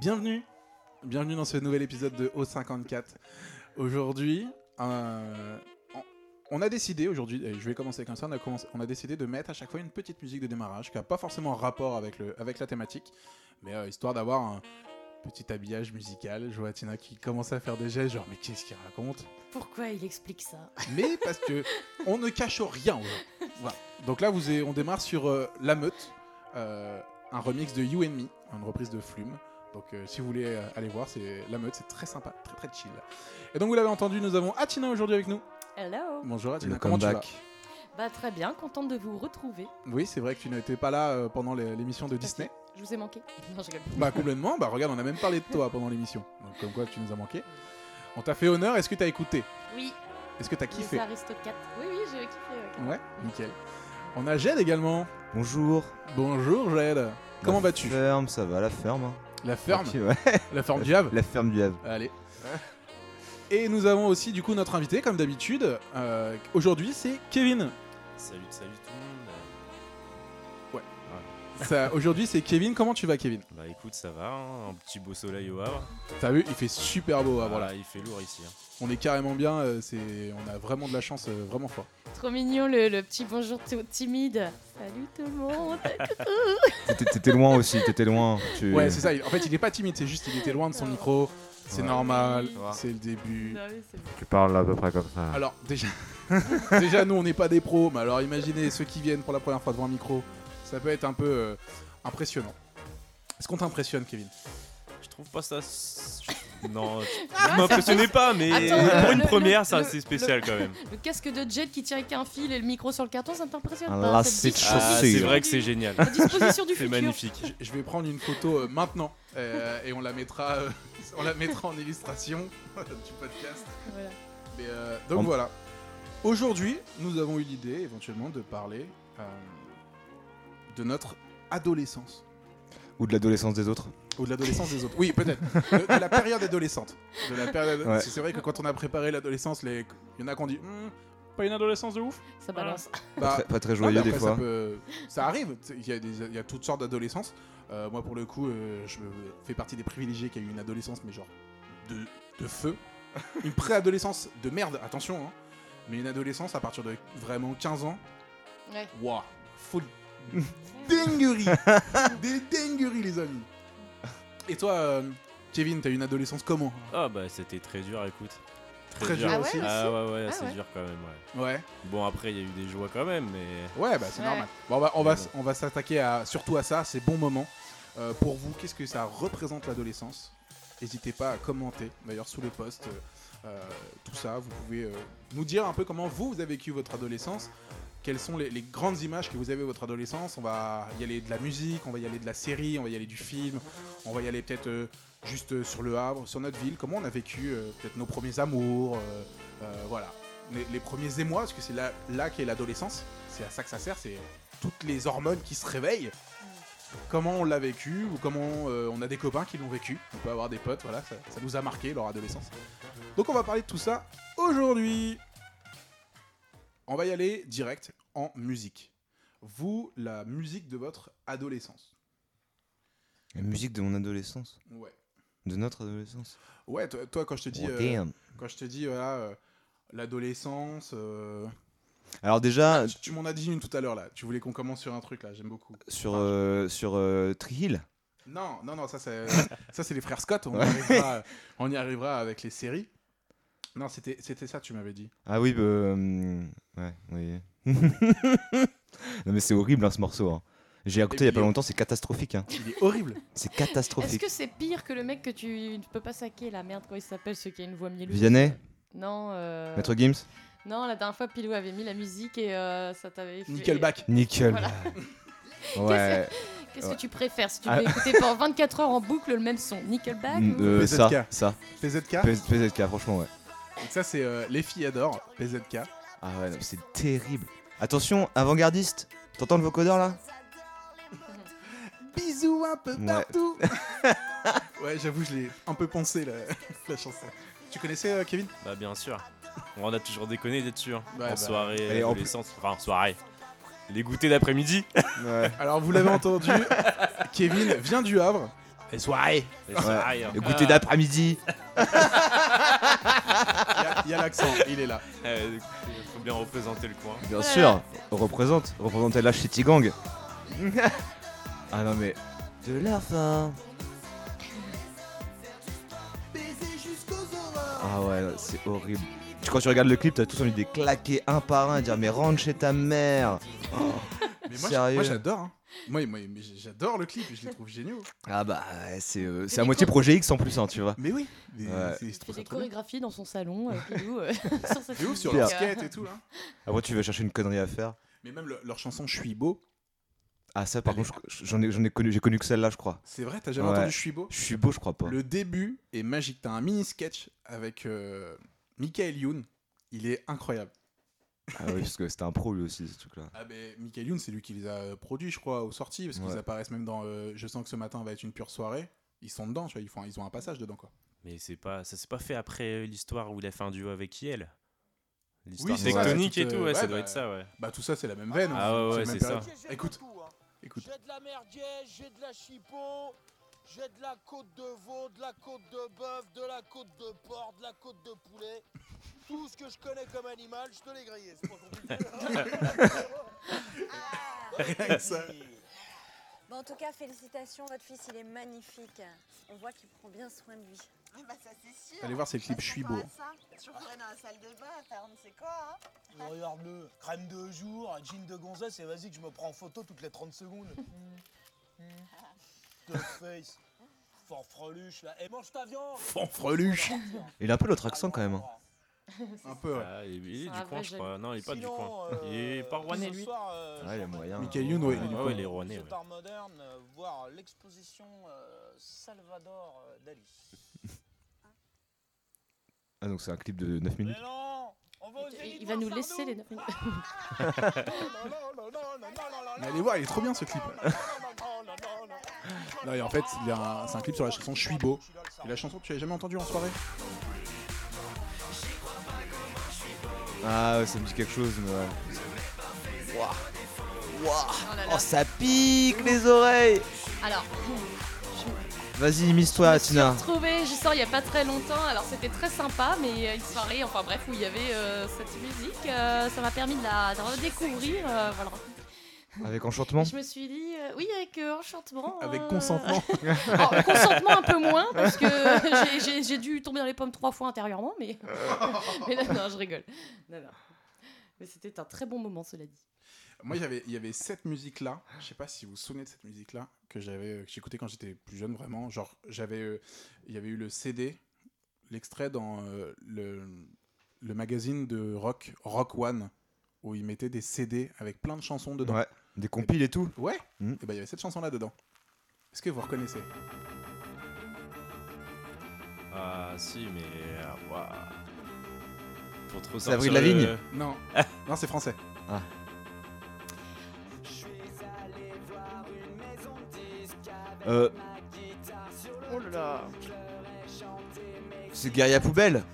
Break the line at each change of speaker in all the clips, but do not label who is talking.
Bienvenue Bienvenue dans ce nouvel épisode de O54. Aujourd'hui, euh, on- on a décidé, aujourd'hui, euh, je vais commencer comme ça, on a, commencé- on a décidé de mettre à chaque fois une petite musique de démarrage qui n'a pas forcément rapport avec, le, avec la thématique, mais euh, histoire d'avoir un petit habillage musical. Je vois Tina qui commence à faire des gestes, genre mais qu'est-ce qu'il raconte
Pourquoi il explique ça
Mais parce que on ne cache rien aux gens. Voilà. Donc là, vous avez- on démarre sur euh, La Meute, euh, un remix de You and Me, une reprise de Flume. Donc euh, si vous voulez euh, aller voir, c'est La Meute, c'est très sympa, très très chill. Et donc vous l'avez entendu, nous avons Atina aujourd'hui avec nous.
Hello
Bonjour Atina,
Le
comment tu vas
comeback.
Bah très bien, contente de vous retrouver.
Oui, c'est vrai que tu n'étais pas là euh, pendant les- l'émission de Disney.
Je vous ai manqué. Non, je rigole.
Bah complètement, bah regarde, on a même parlé de toi pendant l'émission. Donc comme quoi tu nous as manqué. On t'a fait honneur, est-ce que t'as écouté
Oui,
Est-ce que t'as
les
kiffé
Aristocates. Oui, oui, j'ai kiffé. ouais, carrément.
Ouais, nickel. On a Jade également.
Bonjour.
Bonjour Jade. Comment
La
vas-tu
Ferme, ça va, la ferme. hein.
La ferme
Tranquille, ouais.
La ferme du Havre
La ferme du Havre.
Allez. Et nous avons aussi du coup notre invité, comme d'habitude. Euh, Aujourd'hui, c'est Kevin.
Salut, salut tout le monde.
Ça- Aujourd'hui, c'est Kevin. Comment tu vas, Kevin
Bah écoute, ça va, hein, un petit beau soleil au Havre.
T'as vu, il fait super beau.
Bah
Ah,
Ah, voilà.
il fait lourd ici. hein.
On est carrément bien. euh, c'est, on a vraiment de la chance, euh, vraiment fort.
Trop mignon le, le petit bonjour tout timide. Salut tout le monde.
T'étais- T'étais loin aussi, t'étais loin. Tu...
Ouais, c'est ça. il- En fait, il est pas timide. C'est juste, il était loin de son micro. C'est
Ouais.
normal.
Oui.
C'est le début.
Non, mais c'est bon.
Tu parles à peu près comme
Ah,
ça.
Ah. Alors déjà, déjà nous on n'est pas des pros, mais alors imaginez ceux qui viennent pour la première fois devant un micro, ça peut être un peu euh, impressionnant. Est-ce qu'on t'impressionne, Kevin
Je trouve pas ça. s- Non,
Ah,
vous m'impressionnez pas, mais
Attends,
pour
le-
une
le-
première, c'est
le-
assez spécial quand même.
Le casque de Jet qui tient avec un fil et le micro sur le carton, ça ne t'impressionne
Un
pas
lacet
Bah, cette
de
disposition
Ah,
chaussure.
c'est
du-
vrai que c'est génial.
La disposition du
C'est
futur.
magnifique.
Je- Je vais prendre une photo euh, maintenant euh, et on la mettra, euh, on la mettra en illustration du podcast.
Voilà.
Mais, euh, donc
On-
voilà. Aujourd'hui, nous avons eu l'idée éventuellement de parler euh, de notre adolescence.
Ou de l'adolescence des autres.
Ou de l'adolescence des autres. Oui, peut-être. De, de la période adolescente. De la période.
Ouais.
C'est vrai que quand on a préparé l'adolescence, les... il y en a qui ont dit Hmm, pas une adolescence de ouf.
Ça balance.
Bah,
Très- pas très
non, mais
joyeux des
après,
fois.
Ça, peut- ça arrive. Tu sais, Il y, a des- il y a toutes sortes d'adolescences. Euh, moi, pour le coup, euh, je me- fais partie des privilégiés qui a eu une adolescence, mais genre de, de feu. Une préadolescence de merde, attention. hein. Mais une adolescence à partir de vraiment 15 ans.
Ah, Ouais.
Waouh, folie. Dinguerie. Des dingueries, les amis. Et toi, euh, Kevin, t'as eu une adolescence comment
Ah bah c'était très dur, écoute.
Très dur
Ah ouais,
aussi.
aussi
Ah ouais, ouais,
Ah
c'est
ouais.
dur quand même. Ouais.
Ouais.
Bon, après, il y a eu des joies quand même, mais.
Ouais, bah c'est
Ouais.
normal. Bon, bah, on va,
Mais bon.
on va s'attaquer à, surtout à ça, ces bons moments. Euh, pour vous, qu'est-ce que ça représente l'adolescence N'hésitez pas à commenter, d'ailleurs sous le post, euh, euh, tout ça. Vous pouvez euh, nous dire un peu comment vous, vous avez vécu votre adolescence. Quelles sont les, les grandes images que vous avez de votre adolescence On va y aller de la musique, on va y aller de la série, on va y aller du film, on va y aller peut-être euh, juste euh, sur le Havre, sur notre ville. Comment on a vécu euh, peut-être nos premiers amours euh, euh, Voilà, les, les premiers émois, parce que c'est là, là qu'est l'adolescence. C'est à ça que ça sert, c'est toutes les hormones qui se réveillent. Comment on l'a vécu ou comment euh, on a des copains qui l'ont vécu. On peut avoir des potes, voilà, ça, ça nous a marqué leur adolescence. Donc on va parler de tout ça aujourd'hui. On va y aller direct en musique. Vous, la musique de votre adolescence.
La musique de mon adolescence.
Ouais.
De notre adolescence.
Ouais, toi, toi, quand je te dis,
Oh,
euh,
damn.
quand je te dis voilà, euh, l'adolescence, euh,
Alors déjà,
tu, tu m'en as dit une tout à l'heure là. Tu voulais qu'on commence sur un truc là, j'aime beaucoup.
sur, euh, sur euh, Tree Hill,
Non, non, non, ça c'est, ça c'est les frères Scott. On, y arrivera, on y arrivera avec les séries. Non, c'était, c'était ça, tu m'avais dit.
Ah oui, bah, euh, ouais, oui. non mais c'est horrible hein, ce morceau. hein. J'ai écouté il y a pas
puis-
longtemps, c'est catastrophique. hein.
Il est horrible.
C'est
Est-ce
catastrophique.
que c'est pire que le mec que tu ne peux pas saquer la merde quand il s'appelle celui qui a une voix mielleuse
Vianney,
Non. euh,
Maître Gims,
Non, la dernière fois, Pilou avait mis la musique et euh, ça t'avait fait.
Nickelback.
nickel.
Voilà.
Ouais.
Qu'est-ce
Ouais.
que tu préfères si tu
Ah.
veux écouter pendant 24 heures en boucle le même son Nickelback
Mm,
ou-
euh,
PZK.
ça, ça.
PZK.
P- PZK, franchement, ouais.
Donc ça, c'est euh, Les filles adorent. PZK.
Ah ouais, non, c'est terrible. Attention, avant-gardiste. T'entends le vocodeur là
Bisous un peu
Ouais.
partout. ouais, j'avoue, je l'ai un peu pensé la, la chanson. Tu connaissais euh, Kevin
Bah bien sûr. On a toujours déconné d'être hein.
Ouais,
en
bah.
soirée,
Allez, en plus-
adolescence. Enfin, en soirée. Les goûters d'après-midi.
Ouais.
Alors, vous l'avez entendu, Kevin vient du Havre.
Les soirées. Les soirées. hein.
Le goûter d'après-midi.
Il y a- Il y a l'accent, il est là.
Euh, faut bien représenter le coin.
Bien
Ouais.
sûr, représente, représentez la Shitty Gang. ah non mais. De la fin. Ah ouais, non, c'est horrible. Tu- Quand tu regardes le clip, t'as tous envie de les claquer un par un et dire mais rentre chez ta mère.
Oh.
Mais moi,
Sérieux
moi, j'adore. hein. Moi, moi, mais j'adore le clip, je les trouve géniaux.
Ah bah ouais, c'est euh, c'est
Mais
à
du
moitié
coup-
projet X en plus, hein, tu vois.
Mais oui, mais
Ouais.
c'est- je
Il fait
trouve ça
des
trop bien.
chorégraphies dans son salon, euh, Pilou, euh, sur cette
C'est ouf sur
Pierre.
leur
musique, euh.
skate et tout là.
Après tu vas chercher une connerie à faire.
Mais même le- leur chanson Je suis beau,
Ah ça par contre, je- j'en ai, j'en ai connu, j'ai connu que celle-là, je crois.
c'est vrai, t'as jamais
Ouais.
entendu Je suis beau
Je suis beau, je crois pas.
Le début est magique. T'as un mini sketch avec euh, Michael Youn. Il est incroyable.
Ah oui, parce que c'était un pro lui aussi ce truc-là.
Ah ben, Michael Youn, c'est lui qui les a euh, produits, je crois, aux sorties, parce qu'ils
Ouais.
apparaissent même dans euh, Je sens que ce matin va être une pure soirée. Ils sont dedans, tu vois, ils, font, ils ont un passage dedans, quoi.
Mais c'est pas, ça s'est pas fait après euh, l'histoire où il a fait un duo avec Yel.
Oui,
L'histoire
c'est ça,
tectonique
toute,
et tout,
euh,
ouais, ça
ouais,
doit
bah,
être ça, ouais.
Bah, tout ça, c'est la même veine. hein.
Ah ouais,
la même
ouais, c'est
période.
ça.
Écoute, écoute.
hein. J'ai de la merdière, j'ai de la chipot, j'ai de la côte de veau, de la côte de bœuf, de la côte de porc, de la côte de poulet. Tout ce que je connais comme animal, je te l'ai grillé. C'est pas compliqué. Ah,
Rien que ça.
Bon, en tout cas, félicitations, votre fils, il est magnifique. On voit qu'il prend bien soin de lui.
Ah bah ça c'est sûr.
Allez voir, c'est le clip Je suis beau.
Si on dans la salle de bain, faire on ne sait quoi. Hein.
Regarde-le, crème de jour, jean de gonzesse, et vas-y que je me prends en photo toutes les 30 secondes. The face, forfreluche, là. Et mange ta viande
Fanfreluche
Il a un peu l'autre accent quand même. hein.
Un peu, ouais.
Ah, il il
C'est
est
un
du coin,
vrai
je crois. Non, il est pas du coin. Il est pas rouennais,
roi
lui.
Ouais, il y a moyen.
Michael Youn, ouais, il est du
Ouais,
coin.
ouais, il est rouennais, ouais.
Art moderne, euh, voir l'exposition euh, Salvador euh, Dali.
Ah donc c'est un clip de 9 minutes.
Mais non on va au
Il-
Zénith
il va
voir
nous laisser
Sardou.
les neuf minutes.
Non, non, non, non, non, non, non,
Mais allez voir, il est trop bien, ce clip.
non, non, non, non, non, non.
Non, et en fait, il y a un- c'est un clip sur la chanson Je suis beau.
Ah.
Et la chanson, tu l'as jamais entendue en soirée
Ah ouais, ça me dit quelque chose, mais ouais.
Oh là là.
ça pique les oreilles
Alors,
Vas-y, immisce-toi, Tina.
trouvé, je sors il y a pas très longtemps. Alors c'était très sympa, mais euh, une soirée, enfin bref, où il y avait euh, cette musique, euh, ça m'a permis de la de la redécouvrir. euh, voilà.
Avec
Et
enchantement
Je me suis dit, euh, oui, avec euh, enchantement.
Avec
euh,
consentement.
alors, Oh, consentement un peu moins, parce que j'ai- j'ai- j'ai dû tomber dans les pommes trois fois intérieurement, mais, mais non, non, je rigole. Non, non. Mais c'était un très bon moment, cela dit.
Moi, il y avait- il y avait cette musique-là. Je sais pas si vous vous souvenez de cette musique-là que j'avais, euh, que j'écoutais quand j'étais plus jeune, vraiment. Genre, j'avais, euh, il y avait eu le CD, l'extrait dans euh, le, le magazine de rock, Rock One, où ils mettaient des CD avec plein de chansons dedans.
Ouais. Des compiles et tout
Ouais.
Mm.
Et ben, il y avait cette chanson-là dedans. Est-ce que vous reconnaissez
Ah, si, mais. ah, Waouh. Faut trop
C'est Avril
sortir le-
Lavigne.
Non. non, c'est français.
Euh.
Oh là là.
C'est Guerilla Poubelle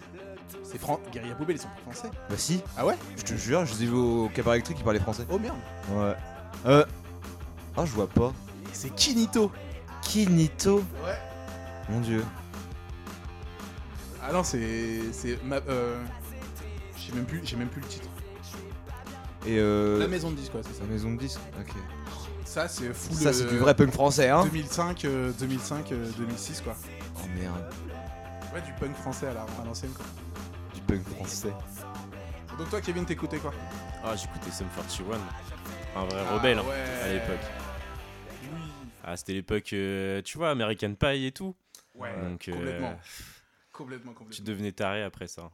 C'est Fran Guerilla Poubelle, ils sont pas français.
Bah si.
Ah ouais
Je te jure, je les ai vus au cabaret électrique, ils parlaient français.
Oh merde.
Ouais. Euh. Ah, je vois pas.
C'est Kinito.
Kinito
Ouais.
Mon dieu.
Ah non, c'est, c'est ma. euh, J'ai même plus, j'ai même plus le titre.
Et euh.
La maison de disque, ouais, c'est ça.
La maison de disque Ok.
Ça, c'est full.
Ça, c'est
euh,
du vrai punk français, hein
2005, euh, 2005, euh, 2006, quoi.
Oh merde.
Ouais, du punk français à la- à l'ancienne, quoi.
Du punk français.
Donc, toi, Kevin, t'écoutais quoi
Ah, j'écoutais Sum 41. Un vrai
Ah,
rebelle. hein.
ouais.
à l'époque.
Oui,
Ah, c'était l'époque, euh, tu vois, American Pie et tout.
ouais,
Donc, euh,
complètement. Complètement, complètement.
Tu devenais taré après ça.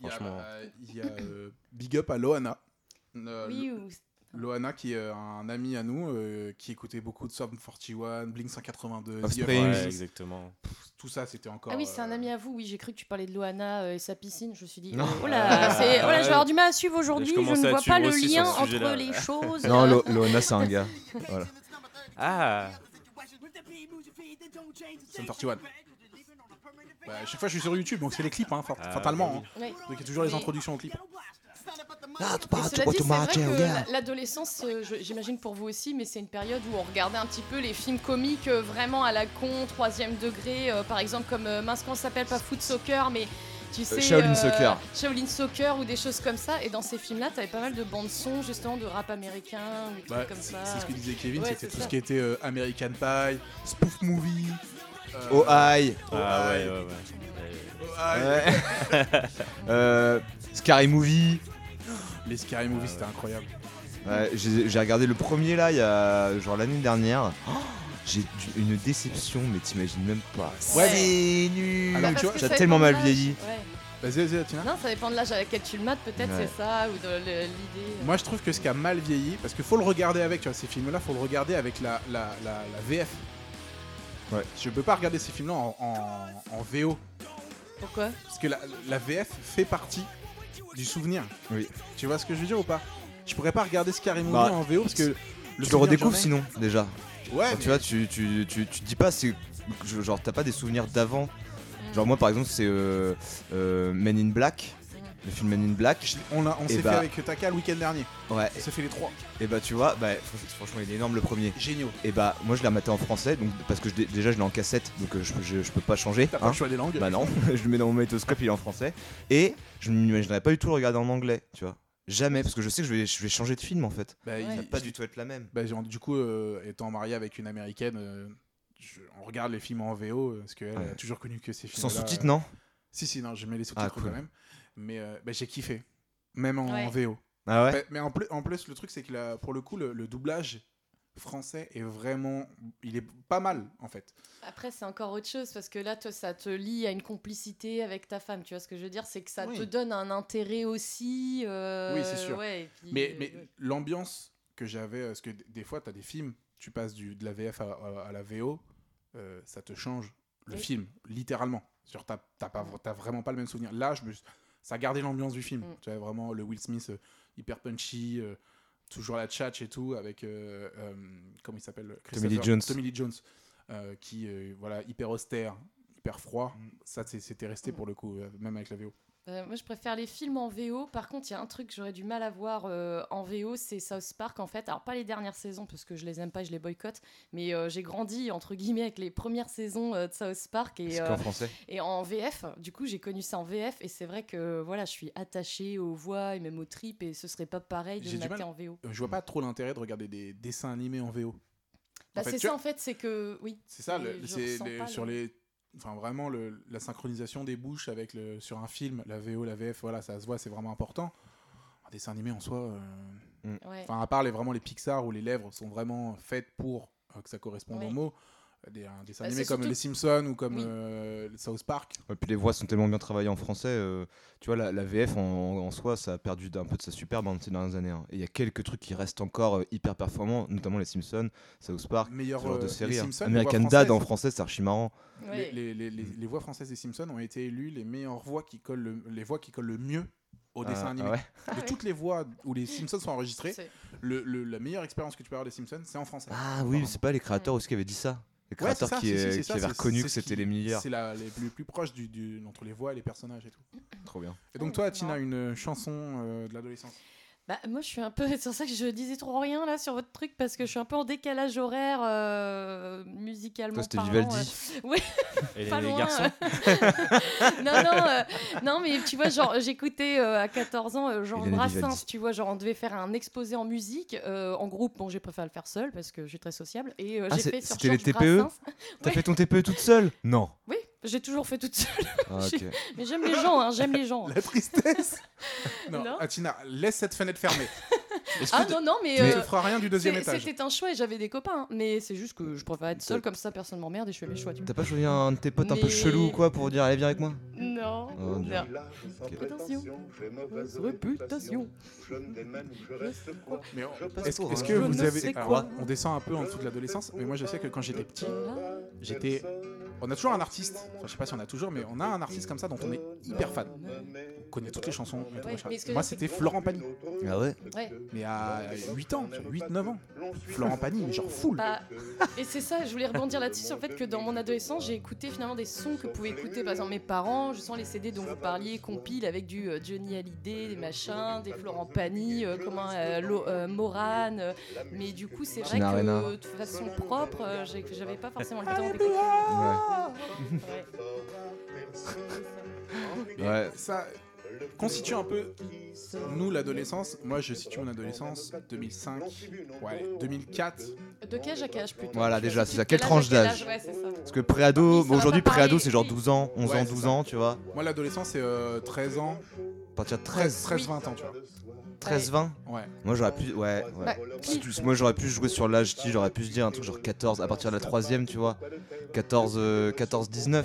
Il y a,
Franchement. hein.
euh, Il y a, euh, Big Up à Loana. Euh,
Oui, ou-
Loana, qui est un ami à nous, euh, qui écoutait beaucoup de Sum 41, Blink 182, The
Offspring.
Offspring,
Ouais, exactement.
tout ça, c'était encore.
Ah oui, c'est un
euh,
ami à vous, oui, j'ai cru que tu parlais de Loana euh, et sa piscine. Je me suis dit,
Non.
oh là,
Ah,
c'est- oh là, je vais
ouais.
avoir du mal à suivre aujourd'hui,
Je
je,
commençais
ne
à
vois
te
pas
suivre
le
aussi sur
lien
ce
entre
sujet-là.
les choses. Hein
Non, Lo- Loana, c'est un gars. Voilà.
Ah
Sum 41. Bah, à chaque fois, je suis sur YouTube, donc c'est les clips, hein, fort-
Ah,
fatalement.
oui.
hein. Donc, il y a toujours les
Mais-
introductions aux clips.
Et cela dit, c'est vrai que la- l'adolescence, euh, je- j'imagine pour vous aussi, mais c'est une période où on regardait un petit peu les films comiques euh, vraiment à la con, troisième degré, euh, par exemple comme euh, mince qu'on s'appelle pas Foot Soccer, mais
Euh,
tu sais euh,
Shaolin Soccer.
Shaolin Soccer ou des choses comme ça. Et dans ces films-là, t'avais pas mal de bandes son justement de rap américain, des trucs
Bah,
comme
c'est
ça.
c'est ce que disait Kevin,
Ouais,
c'était
c'est
tout
ça.
ce qui était euh, American Pie, Spoof Movie. euh,
Oh aïe
Ah ouais,
Ohai,
ouais, ouais.
Ah,
Ohai.
Ouais. Euh, Scary Movie.
Les Scary Movies,
Ah,
c'était incroyable.
Ouais, j'ai j'ai regardé le premier là, il y a genre l'année dernière. Oh, j'ai dû- une déception, mais t'imagines même pas.
Ouais.
C'est nul.
Alors,
Parce
tu vois,
que
j'ai
ça
tellement
dépend de
mal
l'âge.
vieilli.
Ouais.
Vas-y, vas-y, Athena.
Non, ça dépend de l'âge à laquelle tu le mates, peut-être
Ouais.
c'est ça, ou de le- l'idée. euh.
Moi, je trouve que ce qui a mal vieilli, parce qu'il faut le regarder avec, tu vois, ces films-là, faut le regarder avec la, la, la, la VF.
Ouais.
Je peux pas regarder ces films-là en, en- en VO,
Pourquoi
parce que la, la VF fait partie du souvenir.
Oui.
Tu vois ce que je veux dire ou pas Je pourrais pas regarder Scary Movie
Bah,
en VO parce que le
Tu le
souvenir,
redécouvres
j'en ai.
sinon déjà.
Ouais,
Enfin,
mais-
tu vois, tu, tu, tu, tu te dis pas, c'est je- genre t'as pas des souvenirs d'avant. Genre moi par exemple c'est euh, euh, Men in Black, le film Men in Black.
Je- on l'a- on s'est
bah- Eh.
fait avec Taka le week-end dernier.
Ouais.
On s'est fait les trois.
Et bah tu vois, bah, fr- franchement il est énorme le premier.
Géniaux.
Et bah moi je l'ai rematé en français, donc parce que je- déjà je l'ai en cassette, donc euh, je, je, je peux pas changer.
T'as pas
hein.
le choix des langues.
Bah non, je le mets dans mon magnétoscope, il est en français. Et je m'imaginerais pas du tout le regarder en anglais, tu vois. Jamais, parce que je sais que je vais, je vais changer de film en fait.
Bah,
Ouais.
il-
Ça va pas du tout être la même.
Bah, genre, du coup, euh, étant marié avec une américaine, euh, je- on regarde les films en VO euh, parce qu'elle
Ouais.
a toujours connu que ces films.
Sans sous-titres, non
Si, si, non, je mets les sous-titres
Ah, cool.
quand même. Mais euh, bah, j'ai kiffé. Même en,
Ouais.
VO.
Ah ouais
Bah, mais en, plus- en plus, le truc, c'est que la- pour le coup, le, le doublage français est vraiment. Il est pas mal, en fait.
Après, c'est encore autre chose parce que là, toi, ça te lie à une complicité avec ta femme. Tu vois ce que je veux dire C'est que ça
Oui.
te donne un intérêt aussi. euh,
Oui, c'est sûr.
ouais, et puis,
Mais,
euh,
mais
ouais.
l'ambiance que j'avais, euh, parce que d- des fois, t'as des films, tu passes du, de la VF à, à- à la VO, euh, ça te change le
Oui.
film, littéralement. Sur t'as t'as pas t'as vraiment pas le même souvenir. Là, je me, ça gardait l'ambiance du film.
Mm.
Tu vois vraiment le Will Smith euh, hyper punchy, euh, toujours la tchatche et tout avec euh, euh, comment il s'appelle
Tommy Lee
Christopher-
Jones.
Tommy Lee Jones, euh, qui euh, voilà hyper austère, hyper froid. Ça, c'est- c'était resté
Mm.
pour le coup, euh, même avec la VO.
Euh, moi, je préfère les films en VO. Par contre, il y a un truc que j'aurais du mal à voir euh, en VO, c'est South Park, en fait. Alors, pas les dernières saisons, parce que je les aime pas, je les boycotte. Mais euh, j'ai grandi, entre guillemets, avec les premières saisons euh, de South Park. Et,
C'est
euh,
qu'en français.
Et en VF, du coup, j'ai connu ça en VF et c'est vrai que voilà, je suis attachée aux voix et même aux tripes et ce serait pas pareil de
J'ai
le
du
mater
mal.
en VO.
Euh, Je vois pas trop l'intérêt de regarder des dessins animés en VO.
Bah,
fait,
c'est
tu
ça
vois-
en fait, c'est que oui.
C'est ça, le-
Et je
c'est
ressens
les-
pas
sur
le-
les. Enfin, vraiment, le- la synchronisation des bouches avec le, sur un film, la VO, la VF, voilà, ça se voit, c'est vraiment important. Un dessin animé en soi. euh,
Ouais.
Enfin, à part les, vraiment les Pixar où les lèvres sont vraiment faites pour euh, que ça corresponde
Ouais.
aux mots. euh, Des, un dessin
Bah,
animé
c'est
comme
surtout-
Les Simpsons ou comme
Oui.
euh, South Park.
Et puis les voix sont tellement bien travaillées en français. euh, tu vois, la, la VF en, en soi, ça a perdu un peu de sa superbe hein, de ces dernières années. hein. Et il y a quelques trucs qui restent encore euh, hyper performants, notamment les Simpsons, South Park,
Meilleur
Ah, ce genre
euh,
de
les
série. hein.
Simpsons, les voix
American Dad hein. en
françaises.
français, c'est archi marrant.
Ouais.
Les, les- les- les- les voix françaises des Simpsons ont été élues les meilleures voix qui collent le, les voix qui collent le mieux au dessin
Ah,
animé.
ouais.
De toutes les voix où les Simpsons sont enregistrées,
C'est-
le- le- la meilleure expérience que tu peux avoir des Simpsons, c'est en français.
Ah oui, mais c'est pas les créateurs aussi qui avaient dit ça. Les
Ouais, c'est
créateurs
ça,
qui,
si, si,
euh,
c'est
qui
ça,
avaient
c'est-
reconnu
c'est
que
ce
c'était
qui-
les meilleurs.
C'est la, les plus, plus proche du, du- entre les voix et les personnages et tout.
Trop bien.
Et donc,
Ah,
toi,
c'est
Tina,
marrant.
une euh, chanson euh, de l'adolescence
Bah, moi, je suis un peu. C'est pour ça que je disais trop rien là sur votre truc parce que je suis un peu en décalage horaire euh, musicalement.
Toi, c'était
parlant, euh,
Vivaldi.
Et les,
pas
les
loin.
garçons
non, non, euh, non, mais tu vois, genre, j'écoutais euh, à 14 ans euh, Jean
Hélène
Brassens,
Vivaldi.
tu vois, genre, on devait faire un exposé en musique, euh, en groupe. Bon, j'ai préféré le faire seul parce que je suis très sociable. Et euh,
Ah,
j'ai
c'est-
fait sur
c'était les
Georges
TPE?
Brassens.
T'as
Ouais.
fait ton TPE toute seule Non.
Oui, j'ai toujours fait toute seule.
Ah, ok.
Mais j'aime les gens, hein, j'aime les gens.
La tristesse Non,
Non.
ah, Tina, laisse cette fenêtre fermée.
Est-ce que
Ah
t'as-
non, non, mais.
Tu
euh,
ne feras rien du deuxième
c'est-
étage.
C'était un choix et j'avais des copains. hein. Mais c'est juste que je préfère être seule, comme ça personne m'emmerde et je fais mes choix. Tu vois.
T'as pas choisi un de tes potes un peu
Mais-
chelou ou quoi pour dire allez viens avec moi
Non,
Oh,
non.
Dieu.
Sans
Ok.
prétention, j'ai mauvaise réputation. Je me démène ou je reste quoi.
Mais on-
Je passe
est-ce
pour
est-ce
un
que
je
vous
ne
avez.
sais
alors,
quoi.
on descend un peu en dessous de l'adolescence, mais moi je sais que quand j'étais petit, j'étais. On a toujours un artiste, enfin je sais pas si on a toujours, mais on a un artiste comme ça dont on est hyper fan. connaît toutes les chansons. mais
Ouais,
machin.
mais ce que
Moi,
je-
c'était Florent Pagny.
Ah ouais
Ouais.
Mais à 8 ans, 8-9 ans. Florent Pagny, mais genre full.
Bah, et c'est ça, je voulais rebondir là-dessus sur le fait que dans mon adolescence, j'ai écouté finalement des sons que pouvaient écouter par exemple mes parents, je sens les CD dont vous parliez, compile avec du euh, Johnny Hallyday, des machins, des Florent Pagny, euh, comment euh, Lo- euh, Moran, euh, mais du coup, c'est vrai
Tina
que
Arena.
euh, de façon propre, euh, j'ai- j'avais pas forcément le
Ah,
temps d'écouter. Ouais.
Ouais.
Ça constitue un peu nous l'adolescence. Moi, je situe mon adolescence 2005, ouais, 2004.
De cage à cage plutôt.
Voilà, déjà, c'est ça. Quelle
Quel âge à
tranche
quel
d'âge
âge Ouais, c'est ça.
Parce que préado,
Ça
bon,
va
aujourd'hui
pas
préado
parler.
c'est genre 12 ans, 11
Ouais,
ans,
c'est
12
ça.
ans, tu vois.
Moi, l'adolescence, c'est euh, 13 ans,
À partir de
13,
13,
20 ans, tu vois.
13, 20.
Ouais.
Moi j'aurais pu. Ouais, ouais.
Bah,
C'est
qui-
tout- Moi j'aurais pu jouer sur l'âge, tu sais, j'aurais pu se dire un truc genre 14, à partir de la 3ème, tu vois. 14, euh, 14, 19.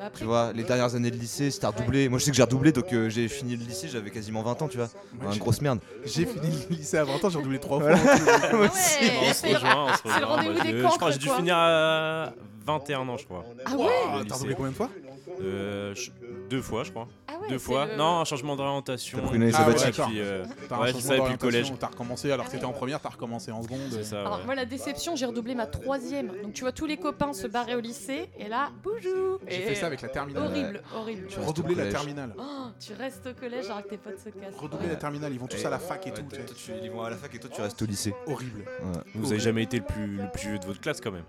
Après,
Tu vois, les dernières années de lycée, c'était redoublé. Moi je sais que j'ai redoublé, donc euh, j'ai fini le lycée, j'avais quasiment 20 ans, tu vois.
Moi,
Une
j'ai-
grosse merde.
J'ai fini le lycée à 20 ans, j'ai redoublé 3 fois.
ah ouais,
On se
c'est-
rejoint, on se
C'est le
rejoint.
rendez-vous
Moi,
des
j'ai-
cancres,
Je crois que j'ai dû
quoi.
finir à 21 ans, je crois.
Ah ouais
Ah,
Le
T'as
lycée.
redoublé combien de fois
Euh, je- deux fois, je crois.
ah ouais,
deux
c'est
fois.
le-
Non, un changement d'orientation.
T'as pris une année
Ah ouais,
sabbatique.
puis, euh,
T'as un
Ouais,
changement
c'est ça, depuis le
d'orientation,
collège.
T'as recommencé alors que
Ah
t'étais en première, t'as recommencé en seconde.
c'est ça.
Alors
ouais.
moi la déception, j'ai redoublé ma troisième. Donc tu vois tous les copains se barrer au lycée et là, bonjour.
J'ai
Et-
fait ça avec euh, la terminale.
Horrible, horrible.
Tu
J'ai
restes au
Redoublé la
collège.
terminale.
Oh, tu restes au collège alors que tes potes se cassent.
Redoublé la terminale, ils vont tous
Et-
à la fac et tout. tu sais.
Ils vont à la fac et toi tu restes au lycée.
Horrible.
Vous avez jamais été le plus, le plus vieux de votre classe quand même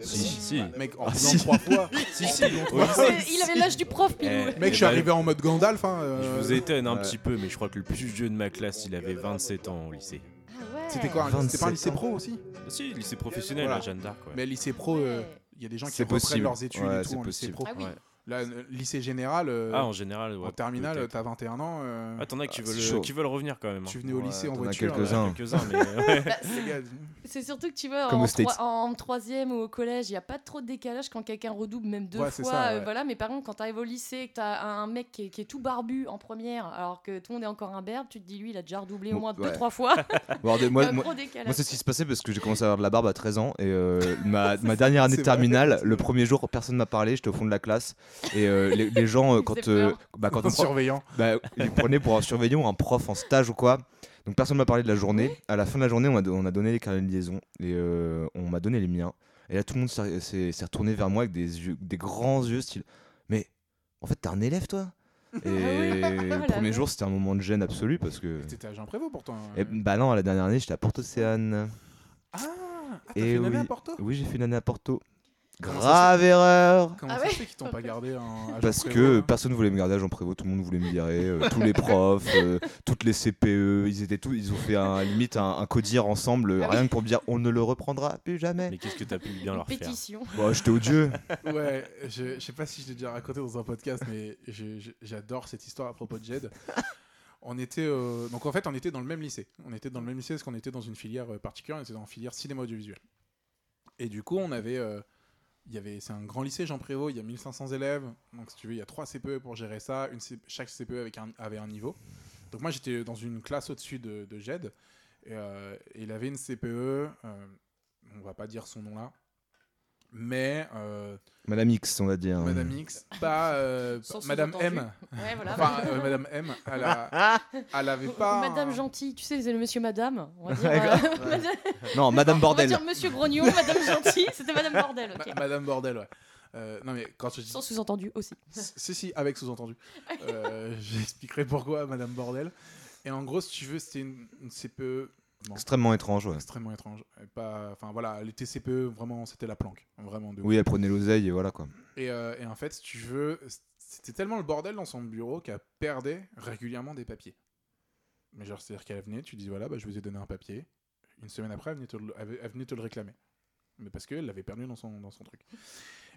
Si, si.
Mec, en
Ah,
faisant
si.
3 fois.
Si, si. au
Ouais,
lycée.
Il avait l'âge du prof, Pilou.
Eh,
Mec, je suis
bah,
arrivé en mode Gandalf. Hein,
Je
euh,
vous étonne un
Ouais.
petit peu, mais je crois que le plus vieux de ma classe, il avait 27 ans au lycée.
Ah ouais.
C'était quoi un- C'était pas un
27
lycée
ans.
pro aussi
Si, lycée professionnel,
Voilà.
là, Jeanne d'Arc. ouais.
Mais lycée pro, euh,
Ouais.
il y a des gens qui
C'est
reprennent
possible.
leurs études
Ouais,
et tout
c'est
en lycée
possible.
pro.
Ah oui.
Ouais.
Là, euh, lycée général, euh,
Ah, en général,
en,
ouais.
terminale,
peut-être.
t'as 21 ans. euh,
Ah, t'en as qui
Ah,
veulent,
c'est chaud.
qui veulent revenir quand même. hein.
tu venais au
Ouais,
lycée en
t'en as
voiture.
quelques-uns.
euh,
Quelques-uns, mais ouais.
Bah,
les gars,
C'est surtout que tu vois,
Comme
en,
aux States.
troi- en troisième ou au collège, il n'y a pas trop de décalage quand quelqu'un redouble, même deux
Ouais, c'est
fois.
ça,
euh,
ouais.
voilà. Mais par contre, quand tu arrives au lycée et que tu as un mec qui est, qui est tout barbu en première, alors que tout le monde est encore un berbe, tu te dis, lui, il a déjà redoublé au
Bon,
moins deux,
ouais.
trois fois.
Bon, alors,
Il y
moi-
a un
moi-
gros
Moi,
décalage.
c'est ce qui se passait parce que j'ai commencé à avoir de la barbe à 13 ans et euh, ma, ma dernière année de
C'est vrai.
terminale, le premier jour, personne m'a parlé, j'étais au fond de la classe et euh, les, les gens, euh, quand,
faisaient
euh,
peur.
bah, quand
en
on prend-
surveillant.
bah, ils me prenaient pour un surveillant ou un prof en stage ou quoi, donc personne m'a parlé de la journée. À la fin de la journée, on a, do- on a donné les carnets de liaison et euh, on m'a donné les miens. Et là, tout le monde s'est- s'est s'est retourné vers moi avec des, yeux, des grands yeux, style Mais en fait, t'es un élève toi Et le
la
premier
vache.
jour, c'était un moment de gêne absolue parce que.
T'étais à Jean Prévost pourtant. euh.
Et, bah non, à la dernière année, j'étais à Porte-Océane.
Ah, ah, t'as
Et
fait une année
eh oui.
à Porto
Oui, j'ai fait une année à Porto.
Comment ça
Grave erreur
Comment
Ah
ça
ouais
se fait qu'ils t'ont pas gardé en- à Jean
parce que
Prévost, hein
personne voulait me garder à Jean Prévost, tout le monde voulait me virer, euh, tous les profs, euh, toutes les CPE, ils étaient tous, ils ont fait un, limite un, un codir ensemble, euh,
Ah oui.
rien que pour me dire on ne le reprendra plus jamais.
Mais qu'est-ce que t'as pu bien
Une
leur faire
pétition.
Bah j'étais odieux.
Ouais, je, je sais pas si je l'ai déjà raconté dans un podcast, mais je- je- j'adore cette histoire à propos de Jed. On était euh, donc en fait on était dans le même lycée. On était dans le même lycée parce qu'on était dans une filière euh, particulière, on était dans la filière cinéma audiovisuel. Et du coup on avait, euh, il y avait c'est un grand lycée Jean Prévost, il y a 1500 élèves, donc si tu veux il y a trois CPE pour gérer ça, une C- chaque CPE avec un, avait un niveau. Donc moi j'étais dans une classe au-dessus de, de Jed et, euh, et il avait une CPE, euh, on va pas dire son nom là, mais euh,
Madame X, on va dire.
Madame X, pas euh,
Sans
pas- Madame
sous-entendu.
M.
Ouais, voilà.
Enfin, euh, Madame M, elle, a- elle avait
Ou- ou
pas. un-
Madame Gentille, tu sais, c'est le monsieur Madame. On va dire,
Ouais,
euh, Madame-
Non, Madame
on va
Bordel.
dire monsieur Grognon, Madame Gentille, c'était Madame Bordel. ok.
Ma- Madame Bordel, ouais. Euh, non, mais quand je dis.
Sans sous-entendu aussi.
Si, si, avec sous-entendu. Euh, J'expliquerai pourquoi, Madame Bordel. Et en gros, si tu veux, c'était une, une CPE
Extrêmement étrange, ouais.
extrêmement étrange. Et pas, enfin voilà, les TCPE, E, vraiment, c'était la planque. Vraiment, de ouf.
Oui, elle prenait l'oseille et voilà quoi.
Et, euh, et en fait, si tu veux, c'était tellement le bordel dans son bureau qu'elle perdait régulièrement des papiers. Mais genre, c'est-à-dire qu'elle venait, tu dis voilà, bah, je vous ai donné un papier. Une semaine après, elle venait te le, elle- elle venait te le réclamer. Mais parce qu'elle l'avait perdu dans son, dans son truc.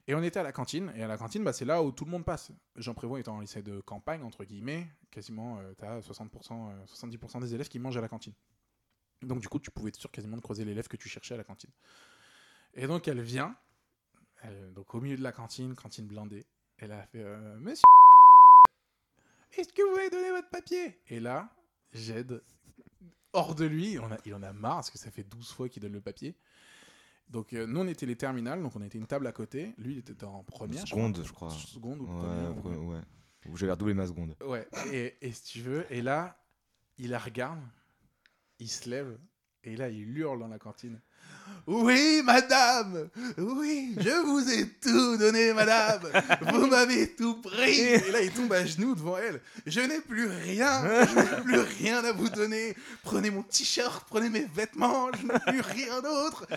Et on était à la cantine, et à la cantine, bah, c'est là où tout le monde passe. Jean Prévost étant en lycée de campagne, entre guillemets, quasiment, tu t'as 60%, euh, 70% des élèves qui mangent à la cantine. Donc du coup, tu pouvais être sûr quasiment de croiser l'élève que tu cherchais à la cantine. Et donc elle vient, euh, donc au milieu de la cantine, cantine blindée. Et là, elle fait euh, Monsieur Est-ce que vous m'avez donné votre papier Et là, Jed, hors de lui, on a, il en a marre parce que ça fait 12 fois qu'il donne le papier. Donc euh, nous, on était les terminales, donc on était une table à côté. Lui, il était en première. je crois.
Seconde, je crois.
Seconde ou
Ouais,
première.
après, ouais. Je vais redoubler ma seconde.
Ouais, et, et si tu veux, et là, il la regarde, il se lève, et là, il hurle dans la cantine. Oui, madame Oui, je vous ai tout donné, madame Vous m'avez tout pris Et là, il tombe à genoux devant elle. Je n'ai plus rien Je n'ai plus rien à vous donner Prenez mon t-shirt, prenez mes vêtements, je n'ai plus rien d'autre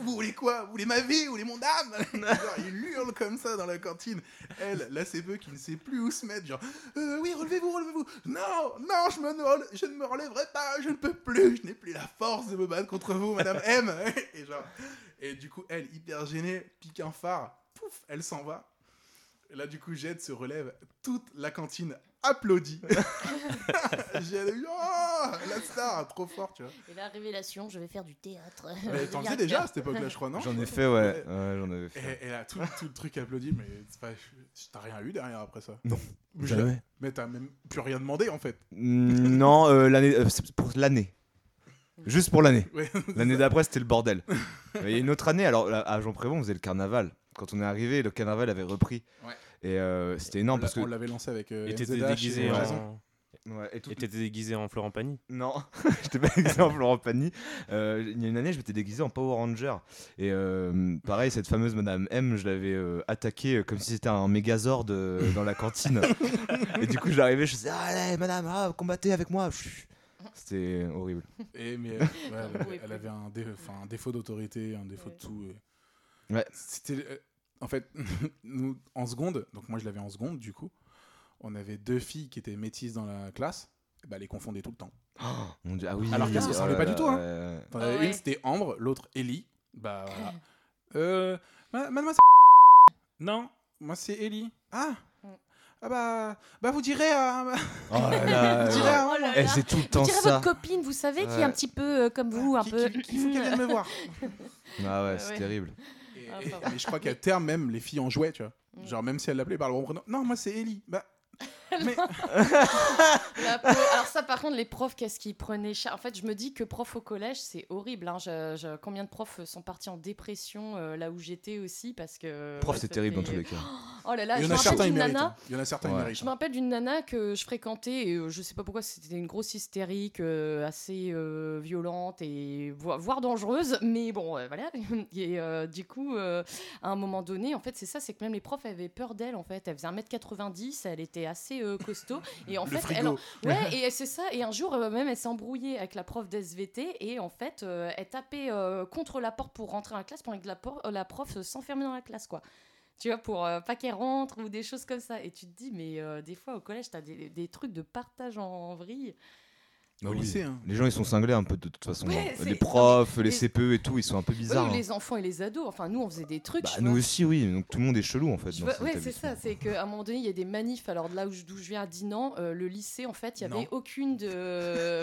Vous voulez quoi Vous voulez ma vie Vous voulez mon âme Genre, Il hurle comme ça dans la cantine. Elle, la CPE qui ne sait plus où se mettre, genre Euh, Oui, relevez-vous, relevez-vous Non, non, je, me, ne rele- je ne me relèverai pas, je ne peux plus, je n'ai plus la force de me battre contre vous, madame M et, genre, et du coup, elle, hyper gênée, pique un phare, pouf, elle s'en va. Et là, du coup, Jade se relève, toute la cantine applaudit. Jade, oh, la star, trop fort, tu vois.
Et la révélation, je vais faire du théâtre.
Mais t'en faisais déjà à cette époque-là, je crois, non
J'en ai fait, ouais. ouais j'en avais fait.
Et, et là, tout, tout le truc applaudit, mais c'est pas- t'as rien eu derrière après ça.
Non,
Mais je-
Jamais.
Mais t'as même plus rien demandé, en fait.
Mm, Non, euh, l'année, euh, c'est pour l'année. Juste pour l'année.
Ouais.
L'année d'après, c'était le bordel. Il y a une autre année, alors là, à Jean Prévent, on faisait le carnaval. Quand on est arrivé, le carnaval avait repris.
Ouais.
Et euh, c'était
On
énorme
l'a-
parce que.
on l'avait lancé avec euh,
Et t'étais
MZH et
déguisé,
Jason.
en...
Ouais, et tout-
et t'étais déguisé en Florent Pagny.
Non, j'étais pas déguisé en Florent Pagny. Euh, il y a une année, je m'étais déguisé en Power Ranger. Et euh, pareil, cette fameuse Madame M, je l'avais euh, attaquée euh, comme si c'était un mégazord euh, dans la cantine. et du coup, j'arrivais, je disais Allez, Madame, ah, combattez avec moi. C'était horrible.
Et mais euh, ouais, elle,
Ouais,
avait, elle
ouais.
avait un, dé- enfin, un défaut d'autorité, un défaut
Ouais.
de tout. et-
Ouais.
C'était euh, en fait nous en seconde. Donc moi je l'avais en seconde du coup. On avait deux filles qui étaient métisses dans la classe. et Bah, elle les confondait tout le temps.
Oh, mon Dieu, ah oui.
Alors qu'elles se
oh
ressemblaient
là
pas
là,
du tout, hein.
ouais.
T'en
Ah
avais
ouais.
Une c'était Ambre, l'autre Ellie. Bah voilà. euh, ma- mademoiselle. Non, moi c'est Ellie. Ah.
Mm.
Ah bah, bah vous direz à, vous
Oh là là,
direz
ouais.
à
Oh
Ambre
Eh, c'est tout le
Vous
temps
direz à
ça.
votre copine, vous savez, qui est
Ouais.
un petit peu euh, comme vous, un
qui-
peu.
qui- qu'il faut qu'elle vienne me voir.
Ah ouais,
Ah
c'est
ouais.
terrible.
Et,
Ah,
et-
pardon.
mais je crois qu'à terme, même, les filles en jouaient, tu vois.
Mm.
Genre, même si elles l'appelaient par le bon prénom. Non, moi, c'est Ellie. Bah, mais
euh, La peau. Alors ça, par contre, les profs, qu'est-ce qu'ils prenaient cher En fait, je me dis que prof au collège, c'est horrible. hein. Je- je- combien de profs sont partis en dépression euh, là où j'étais aussi parce que.
Prof,
ouais,
c'est
ça
terrible dans
fait-
tous les cas.
Oh là là,
il y
je
en
me
a certains,
rappelle
ils
d'une
méritent. hein.
nana.
Il y en a certains, ils
Ouais.
méritent.
Je me rappelle d'une nana que je fréquentais et euh, je sais pas pourquoi c'était une grosse hystérique euh, assez euh, violente et vo- voire dangereuse mais bon euh, voilà et euh, du coup euh, à un moment donné en fait c'est ça c'est que même les profs avaient peur d'elle en fait elle faisait 1m90 elle était assez euh, costaud et en
Le
fait elle
frigo.
Ouais, et c'est ça. Et un jour, euh, même, elle s'est embrouillée avec la prof d'SVT. Et en fait, euh, elle tapait euh, contre la porte pour rentrer dans la classe pendant que la, por- euh, la prof euh, s'enfermait dans la classe, quoi. Tu vois, pour euh, pas qu'elle rentre ou des choses comme ça. Et tu te dis, mais euh, des fois, au collège, t'as des, des trucs de partage en, vrille.
Bah
Au
oui.
lycée, hein.
Les gens, ils sont cinglés un peu de toute façon.
Ouais,
hein.
c'est-
les profs, les
les-
CPE et tout, ils sont un peu bizarres.
Eux,
hein.
les enfants et les ados. Enfin, nous, on faisait des trucs.
Bah,
tu
nous
vois.
aussi, oui. Donc tout le monde est chelou en fait.
Je
dans
vois-
cet
ouais, c'est
établissement.
ça. C'est qu'à un moment donné, il y a des manifs. Alors de là où je, d'où je viens à Dinan, euh, le lycée, en fait, il y avait
Non.
aucune de,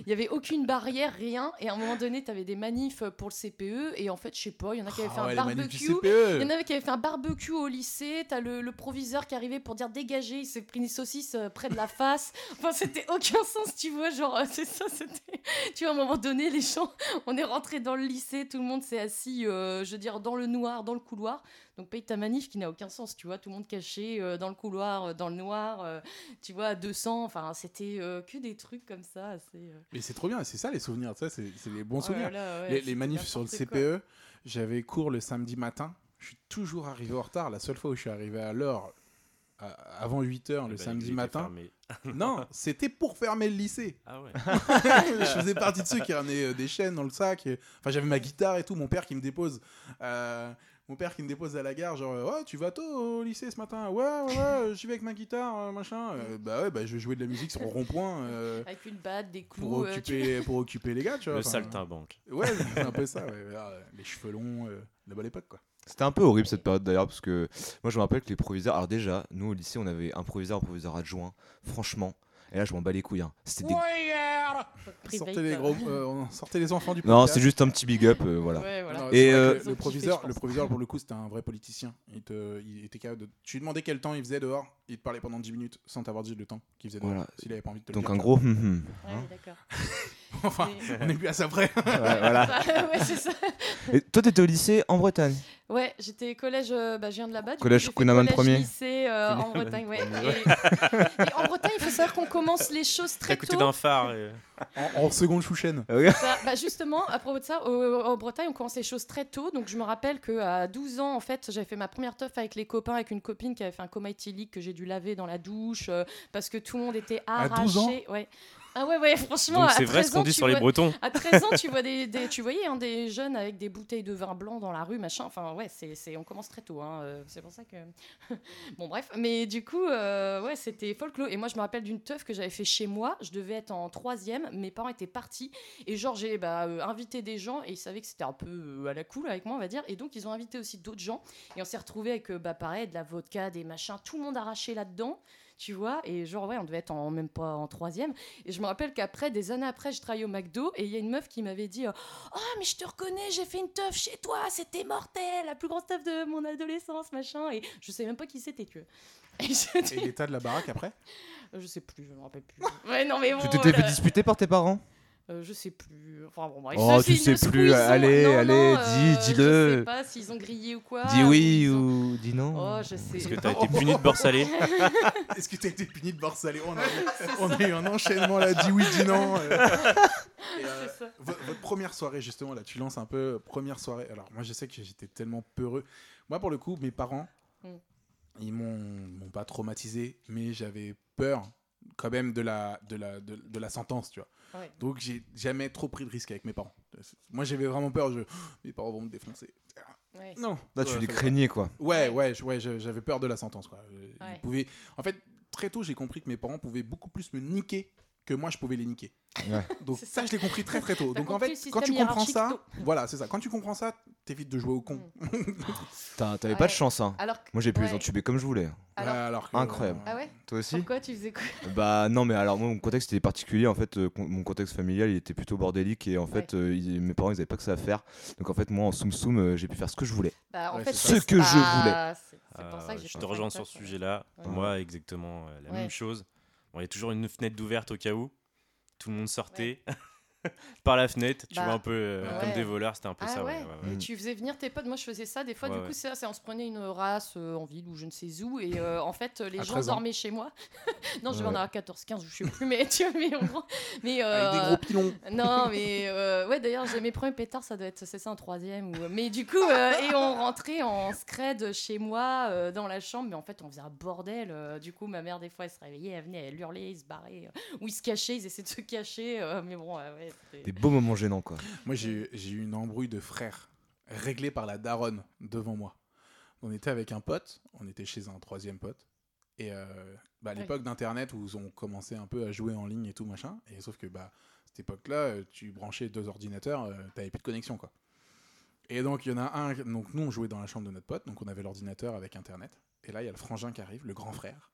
il y avait aucune barrière, rien. Et à un moment donné, tu avais des manifs pour le CPE. Et en fait, je sais pas, il y en a qui avaient fait
Ah ouais,
un
les manifs du
barbecue. Il y en
CPE.
avait qui avaient fait un barbecue au lycée, t'as le, le proviseur qui arrivait pour dire dégager, il s'est pris une saucisse euh, près de la face. Enfin, c'était aucun sens, tu vois. Genre, euh, c'est ça, c'était. Tu vois, à un moment donné, les gens, on est rentré dans le lycée, tout le monde s'est assis, euh, je veux dire, dans le noir, dans le couloir. Donc, paye ta manif qui n'a aucun sens, tu vois. Tout le monde caché euh, dans le couloir, euh, dans le noir, euh, tu vois, à 200. Enfin, c'était euh, que des trucs comme ça. Assez, euh,
Mais c'est trop bien, c'est ça les souvenirs, ça, c'est c'est les bons
oh là
souvenirs.
là, ouais,
les, les
c'était
manifs sur le E
n'importe quoi.
CPE, j'avais cours le samedi matin. Je suis toujours arrivé en retard. La seule fois où je suis arrivé à l'heure, à- avant 8h le
Bah, il
samedi
était
matin.
fermé.
Non, c'était pour fermer le lycée.
Ah ouais.
je faisais partie de ceux qui ramenaient euh, des chaînes dans le sac. et- Enfin, j'avais ma guitare et tout. Mon père qui me dépose. euh, Mon père qui me dépose à la gare, genre, euh, ouais, tu vas tôt au lycée ce matin Ouais, ouais, ouais, j'y vais avec ma guitare, euh, machin. Euh, bah ouais, bah, je vais jouer de la musique sur le rond-point euh,
Avec une batte, des clous.
pour,
euh, tu-
occuper, pour occuper les gars, tu vois.
Le
enfin,
saltimbanque.
Ouais, c'est un peu ça, ouais, euh, les cheveux longs, euh, la bonne époque, quoi.
C'était un peu horrible cette période d'ailleurs parce que moi je me rappelle que les proviseurs. Alors déjà, nous au lycée on avait un proviseur, un proviseur adjoint. Franchement, et là je m'en bats les couilles. hein. C'était des-
Private.
Sortez les, gros, euh, on sortait les enfants du
Non,
podcast.
c'est juste un petit big up, euh, voilà.
Ouais, voilà.
Non,
Et,
c'est vrai
euh,
que
Ils ont
le,
kiffé,
proviseur,
je pense.
le proviseur, pour le coup, c'était un vrai politicien. Il, te- il était capable de- Tu lui demandais quel temps il faisait dehors, il te parlait pendant 10 minutes sans t'avoir dit le temps qu'il faisait dehors.
Voilà.
S'il avait pas envie de te le
Donc
dire.
en gros, hum, hum,
Ouais,
hein.
d'accord.
Enfin,
Mais-
on est plus à ça près.
Ouais, voilà.
Bah, ouais, c'est ça.
Et toi, t'étais au lycée en Bretagne.
Ouais, j'étais collège, euh, bah, je viens de là-bas. du coup,
Collège
j'ai fait
Counaman
collège,
premier.
lycée euh, en
Counaman
Bretagne, ouais.
premier,
Et, et en Bretagne, il faut savoir qu'on commence les choses
À
très
côté
tôt.
d'un phare. euh. et-
En, en seconde chouchaine.
Ça- bah, justement, à propos de ça, au- en Bretagne, on commence les choses très tôt. Donc, je me rappelle qu'à 12 ans, en fait, j'avais fait ma première teuf avec les copains, avec une copine qui avait fait un coma éthylique que j'ai dû laver dans la douche euh, parce que tout le monde était
À
arraché.
12 ans
ouais. Ah ouais, ouais, franchement.
Donc
à
c'est vrai ce
13
qu'on
ans,
dit
tu
sur les
vois-
Bretons.
À 13 ans, tu, vois des, des- tu voyais hein, des jeunes avec des bouteilles de vin blanc dans la rue, machin. Enfin, ouais, c'est c'est- on commence très tôt. hein, euh, c'est pour ça que. bon, bref. Mais du coup, euh, ouais, c'était folklore. Et moi, je me rappelle d'une teuf que j'avais fait chez moi. Je devais être en troisième. Mes parents étaient partis. Et genre, j'ai bah, euh, invité des gens. Et ils savaient que c'était un peu euh, à la cool avec moi, on va dire. Et donc, ils ont invité aussi d'autres gens. Et on s'est retrouvés avec, euh, bah, pareil, de la vodka, des machins. Tout le monde arraché là-dedans. Tu vois, et genre, ouais, on devait être en, même pas en troisième. Et je me rappelle qu'après, des années après, je travaillais au McDo et il y a une meuf qui m'avait dit euh, Ah, mais je te reconnais, j'ai fait une teuf chez toi, c'était mortel, la plus grande teuf de mon adolescence, machin. Et je sais même pas qui c'était, tu vois. Et je, euh,
Et l'état de la baraque après
je sais plus, je me rappelle plus. Ouais, non, mais bon.
Tu t'étais fait
voilà.
disputer par tes parents
Euh, je sais plus. Enfin, bon, bref.
Oh,
Ça,
tu
c'est une
sais plus,
squeezon.
allez,
Non,
allez,
non,
dis-
euh,
dis-le.
Je sais pas s'ils ont grillé ou quoi.
Dis oui
Ah, ils ont-
ou dis non.
Oh, je sais.
Est-ce que t'as été puni de beurre salé
Est-ce que t'as été puni de bord salé on, a eu- on a eu un enchaînement là, dit oui, dit non. euh. Et, euh,
C'est ça.
vo- votre première soirée, justement, là, tu lances un peu euh, première soirée. Alors, moi, je sais que j'étais tellement peureux. Moi, pour le coup, mes parents,
Mm.
ils m'ont m'ont pas traumatisé, mais j'avais peur quand même de la, de la, de, de la sentence, tu vois.
Ouais.
Donc, j'ai jamais trop pris de risques avec mes parents. Moi, j'avais vraiment peur. Je... Mes parents vont me défoncer.
Ouais.
Non.
Là, Bah, tu
Ouais,
les
ça-
craignais quoi.
Ouais, ouais, je- ouais, je- j'avais peur de la sentence. Quoi. Euh, ils
Ouais.
pouvaient- En fait, très tôt, j'ai compris que mes parents pouvaient beaucoup plus me niquer que moi, je pouvais les niquer.
Ouais.
Donc
C'est
ça, je l'ai compris très très tôt.
T'as
Donc en
compris
fait,
le
quand tu
système
comprends ça,
hiérarchique Mm.
voilà, c'est ça. Quand tu comprends ça, t'évites de jouer au con.
Putain, T'avais pas de
Ouais.
chance hein.
Alors, que-
Moi j'ai pu les
ouais.
entuber comme je voulais.
Alors-
Ouais, alors que- euh,
Incroyable.
Ah ouais
Toi aussi
Pourquoi tu faisais quoi
Bah non mais alors moi mon contexte était particulier en fait euh, con- mon contexte familial il était plutôt bordélique et en fait euh, ils- mes parents ils avaient pas que ça à faire donc en fait moi en soum soum euh, j'ai pu faire ce que je voulais
Bah, en
Ouais,
fait,
c'est
ça. Ce que je
Ah, c'est- c'est pour
Euh,
ça que j'ai
Je
pas
te
fait
rejoins
la
sur
teuf,
ce
ouais.
sujet-là.
Ouais.
Moi, exactement euh, la
Ouais.
même chose. Bon, il y a toujours une fenêtre d'ouverte au cas où. Tout le monde sortait par la fenêtre. Tu
Bah,
vois un peu euh,
ouais.
comme des voleurs, c'était un peu
Ah
ça. ouais,
ouais.
ouais, ouais.
Et tu faisais venir tes potes, moi je faisais ça des fois,
Ouais,
du
ouais.
coup c'est ça, on se prenait une race euh, en ville ou je ne sais où et euh, en fait euh, les
À
gens
13 ans.
dormaient chez moi. non, je vais
Ouais.
en avoir 14, 15, je sais plus, mais tu vois, mais en gros. Mais,
Avec des
euh,
gros pilons.
Non, mais euh, ouais, d'ailleurs, j'ai mes premiers pétards, ça doit être, c'est ça, un troisième. Ou... Mais du coup, euh, et on rentrait en scred chez moi, euh, dans la chambre, mais en fait, on faisait un bordel. euh, du coup, ma mère, des fois, elle se réveillait, elle venait, elle hurlait, ils se barraient. euh, ou ils se cachaient, ils essayaient de se cacher. euh, mais bon, euh, ouais, c'était-
des beaux moments gênants quoi
Moi, j'ai j'ai eu une embrouille de frères réglée par la daronne devant moi. On était avec un pote, on était chez un troisième pote. Et euh, bah, à
Ouais.
l'époque d'Internet, où on commençait un peu à jouer en ligne et tout, machin. Et sauf que, bah, cette époque-là, euh, tu branchais deux ordinateurs, euh, t'avais plus de connexion, quoi. Et donc, il y en a un. Donc, nous, on jouait dans la chambre de notre pote, donc on avait l'ordinateur avec Internet. Et là, il y a le frangin qui arrive, le grand frère.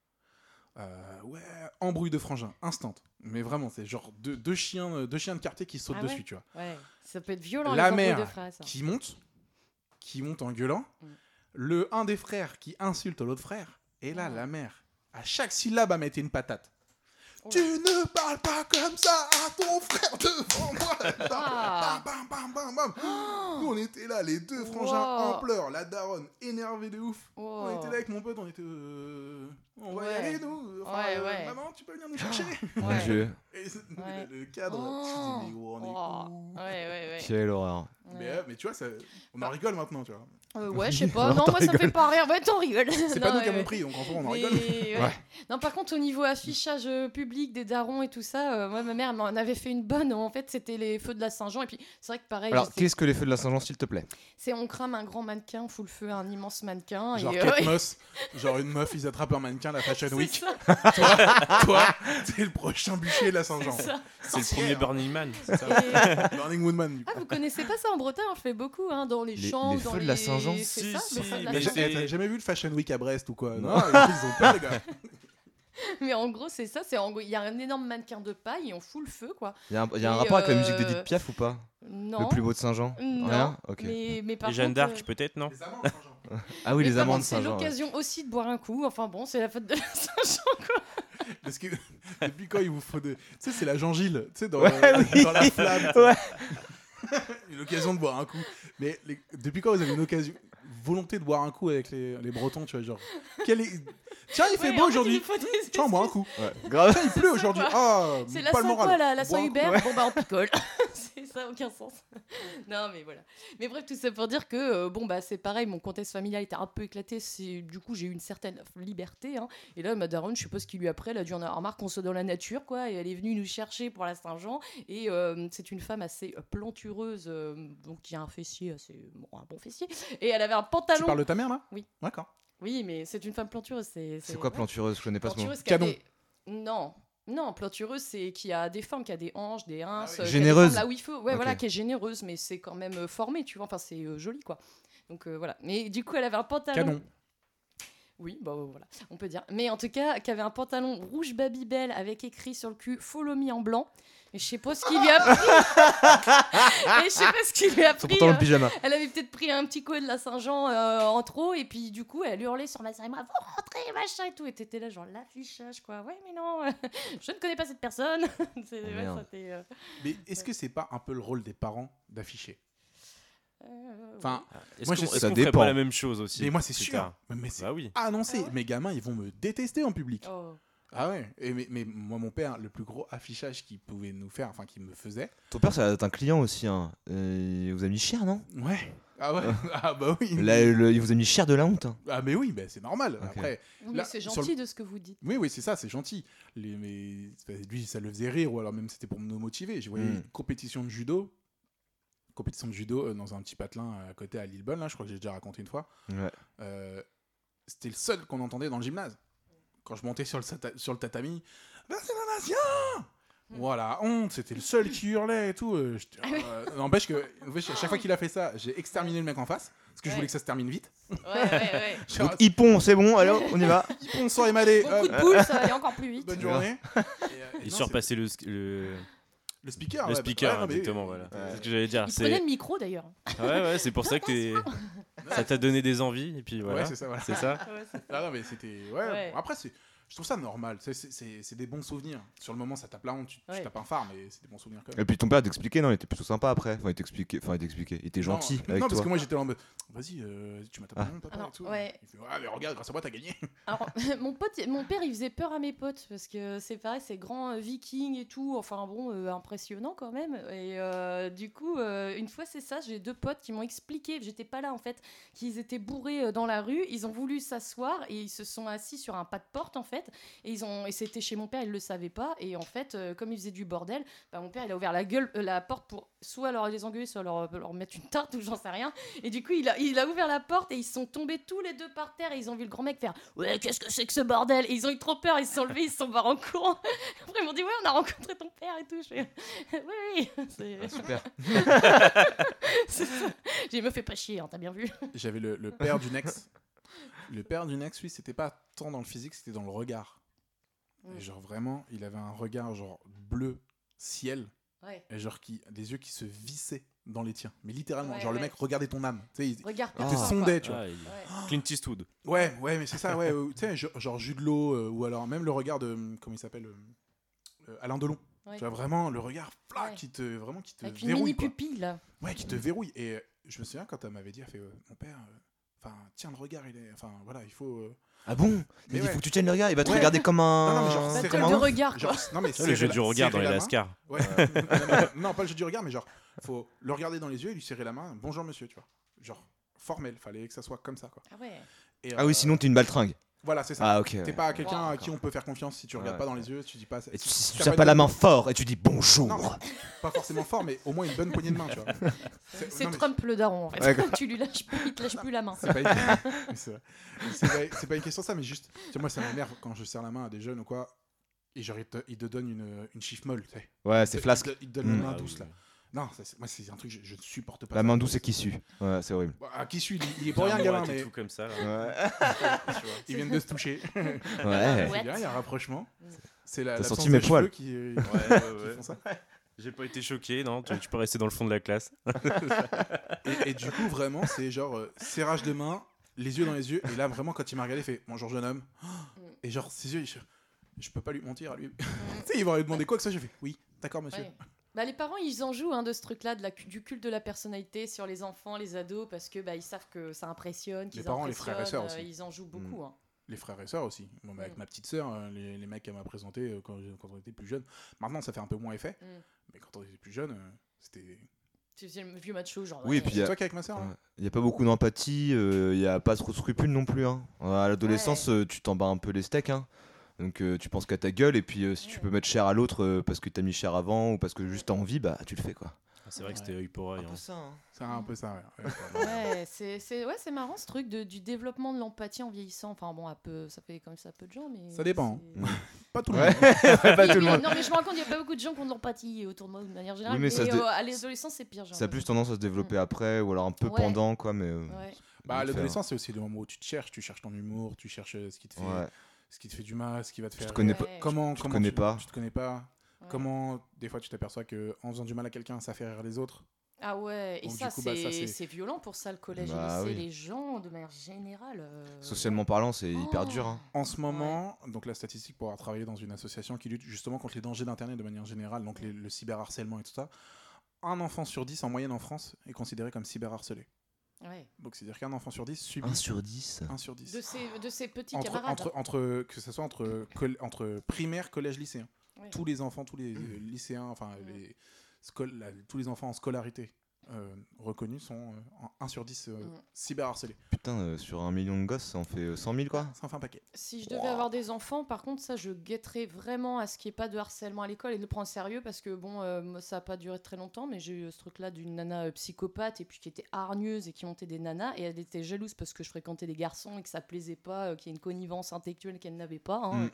Euh, ouais, embrouille de frangin, instant. Mais vraiment, c'est genre deux, deux chiens, euh, deux chiens de quartier qui sautent
Ah ouais
dessus, tu vois
ouais, ça peut être violent,
La
les embrouilles
mère
de frères, ça.
qui monte, qui monte en gueulant.
Mm.
Le un des frères qui insulte l'autre frère. Et là,
Ah.
la mère, à chaque syllabe, elle mettait une patate.
Oh.
Tu ne parles pas comme ça à ton frère devant moi.
Ah.
Bam, bam, bam, bam, bam. Nous, on était là, les deux frangins
Wow.
en pleurs, la daronne énervée de ouf.
Oh.
On était là avec mon pote, on était. euh, on va
Ouais.
y aller, nous. Enfin,
Ouais,
euh,
ouais.
Maman, tu peux venir nous chercher.
mon
Ouais.
dieu
Et c'est-
Ouais.
le, le cadre, tu te dis, mais gros, on
Oh.
est où
Ouais, ouais, Ah, ouais.
quelle horreur
mais,
Ouais. Bah.
euh, mais tu vois, ça, on en rigole maintenant, tu vois.
Euh, ouais, je sais pas.
Non,
Non,
t'en
moi, ça me fait
rigoles.
pas rire. Ouais, t'en rigoles.
C'est pas
Non,
nous qui
ouais,
avons
ouais.
pris, donc en fait, on en
Mais,
rigole.
ouais. Non, par contre, au niveau affichage euh, public des darons et tout ça, euh, moi, ma mère elle m'en avait fait une bonne. En fait, c'était les feux de la Saint-Jean. Et puis, c'est vrai que pareil,
alors
j'étais-
qu'est-ce que les feux de la Saint-Jean s'il te plaît
c'est on crame un grand mannequin, on fout le feu à un immense mannequin.
Genre
et, euh,
Kate Moss, genre une meuf, ils attrapent un mannequin à la Fashion
c'est
Week.
ça,
Toi, t'es le prochain bûcher de la
c'est
Saint-Jean.
ça.
C'est le premier Burning Man.
C'est ça.
Et-
Burning Woodman, du
Ah,
coup.
vous connaissez pas ça en Bretagne On le fait beaucoup, hein, dans les,
Les-
champs,
les
dans
feux de
les...
la
Ah,
Saint-Jean
C'est
Si,
ça,
si,
les feux de la
mais
T'as
Saint-Jean.
c'est-
jamais, t'as jamais vu le Fashion Week à Brest ou quoi
Non.
Non, ils ont pas, les gars.
Mais en gros, c'est ça. C'est en gros, il y a un énorme mannequin de paille et on fout le feu, quoi.
il y a un, y a un
Et,
rapport avec la musique
euh,
d'Edith Piaf ou pas
Non.
le plus beau de Saint-Jean
Non.
rien ok
Mais, mais par
Et Jeanne
contre,
d'Arc,
euh,
peut-être, non
Les amants, Saint-Jean.
ah oui
mais
les
par
amants de
contre, C'est
Saint-Jean ouais.
l'occasion aussi de boire un coup. Enfin bon, c'est la fête de la Saint-Jean.
Parce que depuis quand il vous faut des. Tu sais, c'est la Jean-Gilles, tu sais, dans,
Ouais,
euh,
oui.
dans la flamme.
Ouais.
L'occasion de boire un coup. Mais les- depuis quand vous avez une occasion. Volonté de boire un coup avec les, les Bretons, tu vois, genre. quel est- Tiens, il fait
Ouais, en
beau
fait,
aujourd'hui.
il faut des-
Tiens, on boit un coup.
Grave.
Tiens, il pleut aujourd'hui.
quoi.
Ah,
C'est la
pas
Saint
le
quoi,
moral.
la, la Saint
Bois un
Hubert Bon bah on picole. c'est ça, aucun sens. non mais voilà. Mais bref, tout ça pour dire que euh, bon bah c'est pareil, mon contexte familial était un peu éclaté. C'est du coup j'ai eu une certaine liberté. hein. Et là, ma daronne, je suppose qu'il lui après, elle a dû en avoir marre qu'on soit dans la nature quoi. Et elle est venue nous chercher pour la Saint-Jean. Et euh, c'est une femme assez euh, plantureuse, euh, donc qui a un fessier assez bon, un bon fessier. Et elle avait un
Tu
pantalon.
parles de ta mère là
Oui.
D'accord.
Oui, mais c'est une femme plantureuse. C'est
C'est quoi plantureuse Je connais pas ce mot.
Plantureuse qui a
Canon.
des- Non. Non, plantureuse, c'est qui a des femmes, qui a des hanches, des reins.
oui.
euh, qui a des
Généreuse.
formes Là où il faut. Ouais,
Ok.
voilà, qui est généreuse, mais c'est quand même euh, formé, tu vois. Enfin, c'est euh, joli, quoi. Donc euh, voilà. Mais du coup, elle avait un pantalon.
Canon.
Oui, bah euh, voilà, on peut dire. Mais en tout cas, qui avait un pantalon rouge Babybel avec écrit sur le cul Follow me en blanc. Et je sais pas ce qu'il lui a pris. Et je sais pas ce qu'il lui a
C'est
pris.
pourtant
euh,
le pyjama.
elle avait peut-être pris un petit coup de la Saint-Jean euh, en trop, et puis du coup, elle hurlait sur ma sœur et moi, vous rentrez, machin et tout. Et t'étais là, genre l'affichage, quoi. Ouais, mais non, je ne connais pas cette personne. C'est- ouais,
Merde.
ça t'est, euh,
Mais est-ce que c'est pas un peu le rôle des parents d'afficher
euh,
Enfin,
Est-ce
Moi,
qu'on
je-
est-ce
ça
qu'on ferait
dépend.
pas la même chose aussi
mais moi c'est
plus
sûr.
tard
Mais c'est
Bah oui.
Ah
annoncé. Mes gamins, ils vont me détester en public.
oh.
Ah ouais. Et mais, mais moi, mon père, le plus gros affichage qu'il pouvait nous faire, enfin qu'il me faisait.
Ton père, ça doit être un client aussi. Hein. Euh, il vous a mis cher, non
Ouais. Ah ouais. ah bah oui.
Là, le- Il vous a mis cher de la honte. hein.
Ah mais oui, bah, c'est normal.
Ok.
Après,
Oui,
Là,
mais c'est
sur
gentil de ce que vous dites.
oui, oui, c'est ça, c'est gentil. Les, mais bah, lui, ça le faisait rire, ou alors même c'était pour nous motiver. J'ai voyé
Mm.
une compétition de judo. Compétition de judo euh, dans un petit patelin à côté à Lillebonne, là, je crois que j'ai déjà raconté une fois.
Ouais.
Euh, c'était le seul qu'on entendait dans le gymnase. Quand je montais sur le, sata- sur le tatami, Barcelonatien Voilà, honte, c'était le seul qui hurlait et tout. euh, j'étais-
Hmm. Ah oui.
euh, N'empêche que, n'empêche, à chaque fois qu'il a fait ça, j'ai exterminé le mec en face, parce que je
Ouais.
voulais que ça se termine vite.
Ouais, ouais, ouais.
Donc, Hippon, c'est bon, alors on y va.
Bonsoir Emalé,
Beaucoup de poules, ça va aller encore plus vite.
euh, bonne journée. Et, euh, et
Et
non,
surpasser le, sk- le,
c'est Le speaker,
le
ouais, bah,
speaker,
ouais, non, mais-
exactement. Voilà. C'est ce que j'allais dire.
Il
c'est-
prenait le micro d'ailleurs.
Ouais, ouais, c'est pour ça que t'es- ça t'a donné des envies. Et puis voilà.
Ouais, c'est ça, voilà. Ah,
c'est ça.
Ah
Non, non, mais c'était. Ouais,
Ouais.
bon, après, c'est. Je trouve ça normal, c'est- c'est c'est- c'est des bons souvenirs. Sur le moment, ça tape la honte, tu, tu
Ouais.
tapes un phare, mais c'est des bons souvenirs quand même.
Et puis ton père t'expliquait, non, il était plutôt sympa après. Enfin, il t'expliquait, enfin, il t'expliquait. Il
Eh,
était gentil
non,
avec
non, parce
toi.
que moi j'étais en mode vas-y euh, tu m'as tapé
Ah.
mon papa
Ah non,
et tout
ouais.
il fait ah mais regarde grâce à moi t'as gagné
Alors, mon, pote, mon père, il faisait peur à mes potes parce que c'est pareil, c'est grand euh, viking et tout. Enfin bon, euh, impressionnant quand même. Et euh, du coup, euh, une fois, c'est ça, j'ai deux potes qui m'ont expliqué, j'étais pas là en fait, qu'ils étaient bourrés euh, dans la rue. Ils ont voulu s'asseoir et ils se sont assis sur un pas de porte en fait. Et, ils ont, et c'était chez mon père, ils le savaient pas. Et en fait, euh, comme ils faisaient du bordel, bah, mon père, il a ouvert la gueule, euh, la porte pour soit leur les engueuler, soit leur, euh, leur mettre une tarte ou j'en sais rien. Et du coup, il a, il a ouvert la porte et ils sont tombés tous les deux par terre et ils ont vu le grand mec faire Ouais, qu'est-ce que c'est que ce bordel Et ils ont eu trop peur, ils se sont levés, ils se sont barrés en courant. Après, ils m'ont dit Ouais, on a rencontré ton père et tout. Je fais Oui, oui, c'est
Ah, super.
c'est ça. J'ai dit, me fait pas chier, hein, t'as bien vu.
j'avais le, le père d'une ex le père d'une ex lui c'était pas tant dans le physique c'était dans le regard
Mm.
et genre vraiment il avait un regard genre bleu ciel
Ouais.
et genre qui des yeux qui se vissaient dans les tiens mais littéralement
Ouais,
genre le
ouais.
mec regardait ton âme tu sais il, il
Regarde,
Ah.
te
personne,
sondait tu vois
Ah, il-
quoi. Ouais.
Clint Eastwood.
ouais ouais mais c'est ça ouais euh, tu sais genre, genre Jude Law euh, ou alors même le regard de hum, comment il s'appelle euh, euh, Alain Delon
Ouais.
tu vois vraiment le regard plat
Ouais.
qui te vraiment qui te
Avec une
verrouille
mini
quoi.
pupille là.
Ouais, qui te verrouille. Et euh, je me souviens quand elle m'avait dit, elle fait, euh, mon père, euh, enfin, tiens le regard, il est, enfin, voilà, il faut. euh,
Ah bon Il
Mais
dit,
ouais.
faut que tu tiennes le regard. Il va te
Ouais.
regarder comme un.
Non, non, mais genre,
Bah,
c'est
comme
vraiment-
de
deux
regard quoi.
genre, non mais
Ah, le
serrer
jeu
la-
du
serrer
regard dans les
la main.
Lascars.
Ouais. non, non, non, pas le jeu du regard, mais genre, faut le regarder dans les yeux, et lui serrer la main, bonjour monsieur, tu vois, genre formel, fallait que ça soit comme ça quoi.
Ah ouais.
Et,
Ah
euh,
oui, sinon t'es une baltringue.
Voilà, c'est ça.
Ah ok.
T'es pas quelqu'un
Wow,
à qui on peut faire confiance si tu regardes
Ouais.
pas dans les yeux, tu dis pas.
Et tu, si tu
T'as
tapes
pas
pas
de-
la main fort et tu dis
Non,
bonjour.
pas forcément fort, mais au moins une bonne poignée de main, tu vois. C'est-
C'est
non, mais-
Trump le daron en fait.
Ouais, quoi.
tu lui lâches plus, il te lâche plus la main.
C'est pas, une... mais c'est vrai. C'est pas- c'est pas une question de ça, mais juste, tu vois, moi ça m'énerve quand je serre la main à des jeunes ou quoi, et genre ils te, ils te donnent une, une chiffre molle, tu sais.
Ouais,
Ils
c'est
te-
flasque.
Ils te, ils te donnent
Mm.
la main
Ah,
douce
oui.
là. Non, ça, c'est- moi c'est un truc, je, je ne supporte pas.
La
ça.
main douce et qui sue. Ouais, c'est horrible.
Bah, ah, qui suit il, il est
Pour
pour rien, gamin, mais
tout comme ça. là.
Ouais.
tu vois, ils viennent de se toucher.
Ouais. Mmh.
C'est bien, il y a un rapprochement. C'est la
T'as
l'absence
sorti
de
mes
cheveux
poils.
qui, euh, qui
ouais.
font ça.
J'ai pas été choqué, non. Tu, tu peux rester dans le fond de la classe.
Et, et du coup, vraiment, c'est genre euh, serrage de
Mm.
main, les yeux dans les yeux. Et là, vraiment, quand il m'a regardé, il fait Bonjour, jeune homme. Et genre, ses yeux, il- Je peux pas lui mentir à lui. tu sais, il va lui demander quoi que ça, j'ai fait oui, d'accord monsieur.
Ouais. Bah, les parents, ils en jouent hein, de ce truc-là, de la cu- du culte de la personnalité sur les enfants, les ados, parce que bah, ils savent que ça impressionne, qu'ils
Les parents, les frères et
impressionnent,
sœurs
euh,
aussi. Mm.
Ils en jouent beaucoup. hein.
Les frères et sœurs aussi. Bon, bah, avec
Mm.
ma petite sœur, euh, les, les mecs qu'elle m'a présenté euh, quand, quand on était plus jeune. Maintenant, ça fait un peu moins effet,
Mm.
mais quand on était plus jeune, euh, c'était.
Tu sais, le vieux macho, genre.
Oui,
ouais,
et puis il y
C'est
a-
toi qui es avec ma sœur. hein
Ouais. Il n'y a pas beaucoup d'empathie, euh, il y n'y a pas trop de scrupules non plus. hein. À l'adolescence, euh, tu t'en bats un peu les steaks. hein. Donc euh, tu penses qu'à ta gueule, et puis euh, si tu peux mettre cher à l'autre euh, parce que t'as mis cher avant ou parce que juste t'as envie, bah tu le fais quoi.
Ah, c'est vrai que
Ouais.
c'était œil pour œil. hein.
C'est un peu ça. ouais. Ouais, ouais.
Ouais, c'est c'est- ouais, c'est marrant ce truc de- du développement de l'empathie en vieillissant. Enfin bon, à peu, ça fait comme ça peu de gens, mais.
Ça dépend. hein.
c'est-
Pas tout le
Ouais,
monde.
pas
Oui,
tout
oui,
le monde.
Non, mais je me rends compte, il n'y a pas beaucoup de gens qui ont de l'empathie autour de moi de manière générale.
Oui, mais
mais
ça se dé-
euh, à l'adolescence, c'est pire. j'ai
Ça a plus
l'impression.
tendance à se développer après ou alors un peu
Ouais.
pendant quoi, mais. euh,
Ouais.
Bah, à
vite fait,
l'adolescence, c'est aussi le moment où tu te cherches, tu cherches ton humour, tu cherches euh, ce qui te
hein.
fait,
Ouais.
ce qui te fait du mal, ce qui va te
Tu
faire.
te connais
rire.
pas.
Ouais.
Comment,
te
comment
connais pas.
Tu te connais pas.
Ouais.
Comment des fois tu t'aperçois que en faisant du mal à quelqu'un, ça fait rire les autres.
Ah ouais, et
Donc, du
ça,
coup, bah, ça,
c'est
c'est-
c'est violent pour ça, le collège
Bah
et le lycée.
oui.
Les gens, de manière générale. euh,
Socialement parlant, c'est hyper dur. hein.
En ce moment, donc la statistique pour avoir travaillé dans une association qui lutte justement contre les dangers d'Internet de manière générale, donc les- le cyberharcèlement et tout ça, un enfant sur dix en moyenne en France est considéré comme cyberharcelé.
ouais.
Donc c'est-à-dire qu'un enfant sur dix
1
subit
sur 10.
un sur dix.
De ces, de ces petits
Entre,
camarades.
entre, entre- que ce soit entre, coll- entre primaire, collège, lycéen.
Ouais.
Tous les enfants, tous les euh, lycéens, enfin
Mm.
les scol- la- tous les enfants en scolarité euh, reconnus sont euh, en 1 sur 10 euh,
Mm.
cyberharcelés.
Putain, euh, sur un million de gosses, ça en fait euh, 100 000 quoi.
Ça en fait un paquet.
Si je devais avoir des enfants, par contre, ça, je guetterais vraiment à ce qu'il n'y ait pas de harcèlement à l'école et de le prendre sérieux parce que, bon, euh, moi, ça n'a pas duré très longtemps, mais j'ai eu ce truc-là d'une nana euh, psychopathe et puis qui était hargneuse et qui montait des nanas et elle était jalouse parce que je fréquentais des garçons et que ça plaisait pas, euh, qu'il y ait une connivence intellectuelle qu'elle n'avait pas. hein.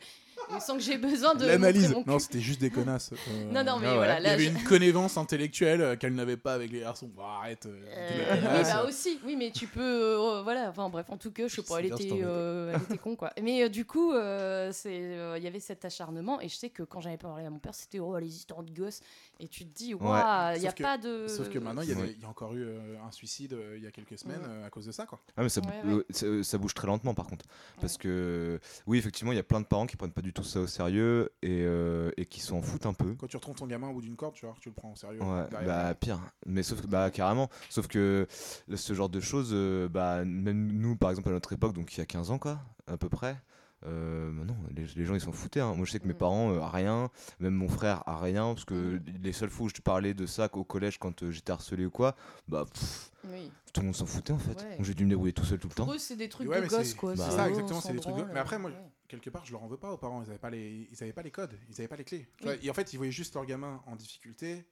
Et sans que j'ai besoin de.
L'analyse.
montrer mon
Non,
cul.
c'était juste des connasses. euh,
Non, non, mais
Ah ouais.
voilà.
Il y
là,
avait
je-
une connaissance intellectuelle euh, qu'elle n'avait pas avec les garçons. Bah, arrête. euh, c'était des
Euh, oui,
connasses.
bah aussi, oui, mais tu peux. euh, voilà, enfin bref, en tout cas, je sais pas,
C'est
elle
bien, c'est
était,
embêtant.
euh, elle était con quoi. Mais euh, du coup, euh, c'est, euh, il y avait cet acharnement, et je sais que quand j'avais parlé à mon père, c'était oh, les histoires de gosses, et tu te dis, waouh, il n'y a
Sauf que-
pas de.
Sauf que maintenant, il y, a
Ouais.
des- il y a encore eu euh, un suicide euh, il y a quelques semaines
Mm.
euh, à cause de ça. Quoi.
Ah mais ça, bou-
Ouais, ouais.
euh, ça- ça bouge très lentement par contre. Parce que oui effectivement il y a plein de parents qui prennent pas du tout ça au sérieux et, euh, et qui s'en foutent un peu.
Quand tu retrouves ton gamin au bout d'une corde, tu vois, tu le prends au sérieux.
Ouais,
derrière.
bah pire. Mais sauf que- bah carrément. Sauf que le- ce genre de choses, euh, bah même nous par exemple à notre époque, donc il y a 15 ans quoi, à peu près. Euh, bah non, les, les gens ils s'en foutaient. hein. Moi je sais que mes
Mm.
parents euh, à rien, même mon frère à rien, parce que
Mm.
les seules fois où je parlais de ça au collège quand euh, j'étais harcelé ou quoi, bah pff,
Oui.
tout le monde s'en foutait en fait.
Ouais.
J'ai dû me débrouiller tout seul tout le temps.
Pour eux, c'est des trucs
Ouais,
de
mais
gosses
c'est-
quoi.
bah,
ça,
oh,
exactement,
on
c'est
s'en
des trucs de-
branle,
mais après, moi,
ouais.
quelque part, je leur en veux pas aux parents. Ils n'avaient pas les, ils avaient pas les codes, ils n'avaient pas les clés. Tu vois, et en fait, ils voyaient juste leurs gamins en difficulté.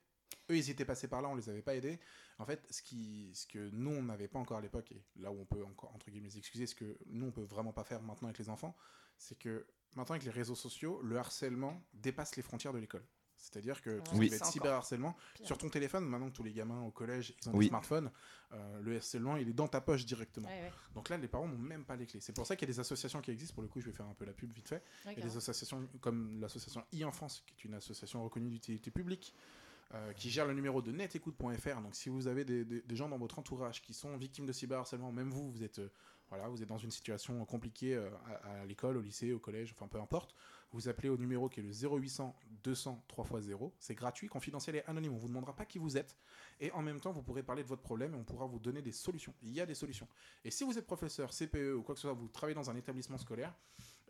Eux, ils étaient passés par là, on les avait pas aidés. En fait, ce qui, ce que nous on n'avait pas encore à l'époque et là où on peut encore entre guillemets excuser, ce que nous on peut vraiment pas faire maintenant avec les enfants, c'est que maintenant avec les réseaux sociaux, le harcèlement dépasse les frontières de l'école. C'est-à-dire que tout ce
Oui.
qui va être
Ça, encore.
cyberharcèlement,
Pire.
sur ton téléphone, maintenant que tous les gamins au collège, ils ont
Oui.
des smartphones, euh, le harcèlement, il est dans ta poche directement.
Ouais, ouais.
Donc là, les parents n'ont même pas les clés. C'est pour ça qu'il y a des associations qui existent. Pour le coup, je vais faire un peu la pub vite fait.
Ouais,
Il y a des associations comme l'association e-enfance, qui est une association reconnue d'utilité publique, euh, qui gère le numéro de netécoute.fr. Donc si vous avez des, des- des gens dans votre entourage qui sont victimes de cyberharcèlement, même vous, vous êtes, euh, voilà, vous êtes dans une situation compliquée euh, à, à l'école, au lycée, au collège, enfin peu importe, vous appelez au numéro qui est le 0800 200 3x0. C'est gratuit, confidentiel et anonyme. On vous demandera pas qui vous êtes. Et en même temps, vous pourrez parler de votre problème et on pourra vous donner des solutions. Il y a des solutions. Et si vous êtes professeur, CPE ou quoi que ce soit, vous travaillez dans un établissement scolaire,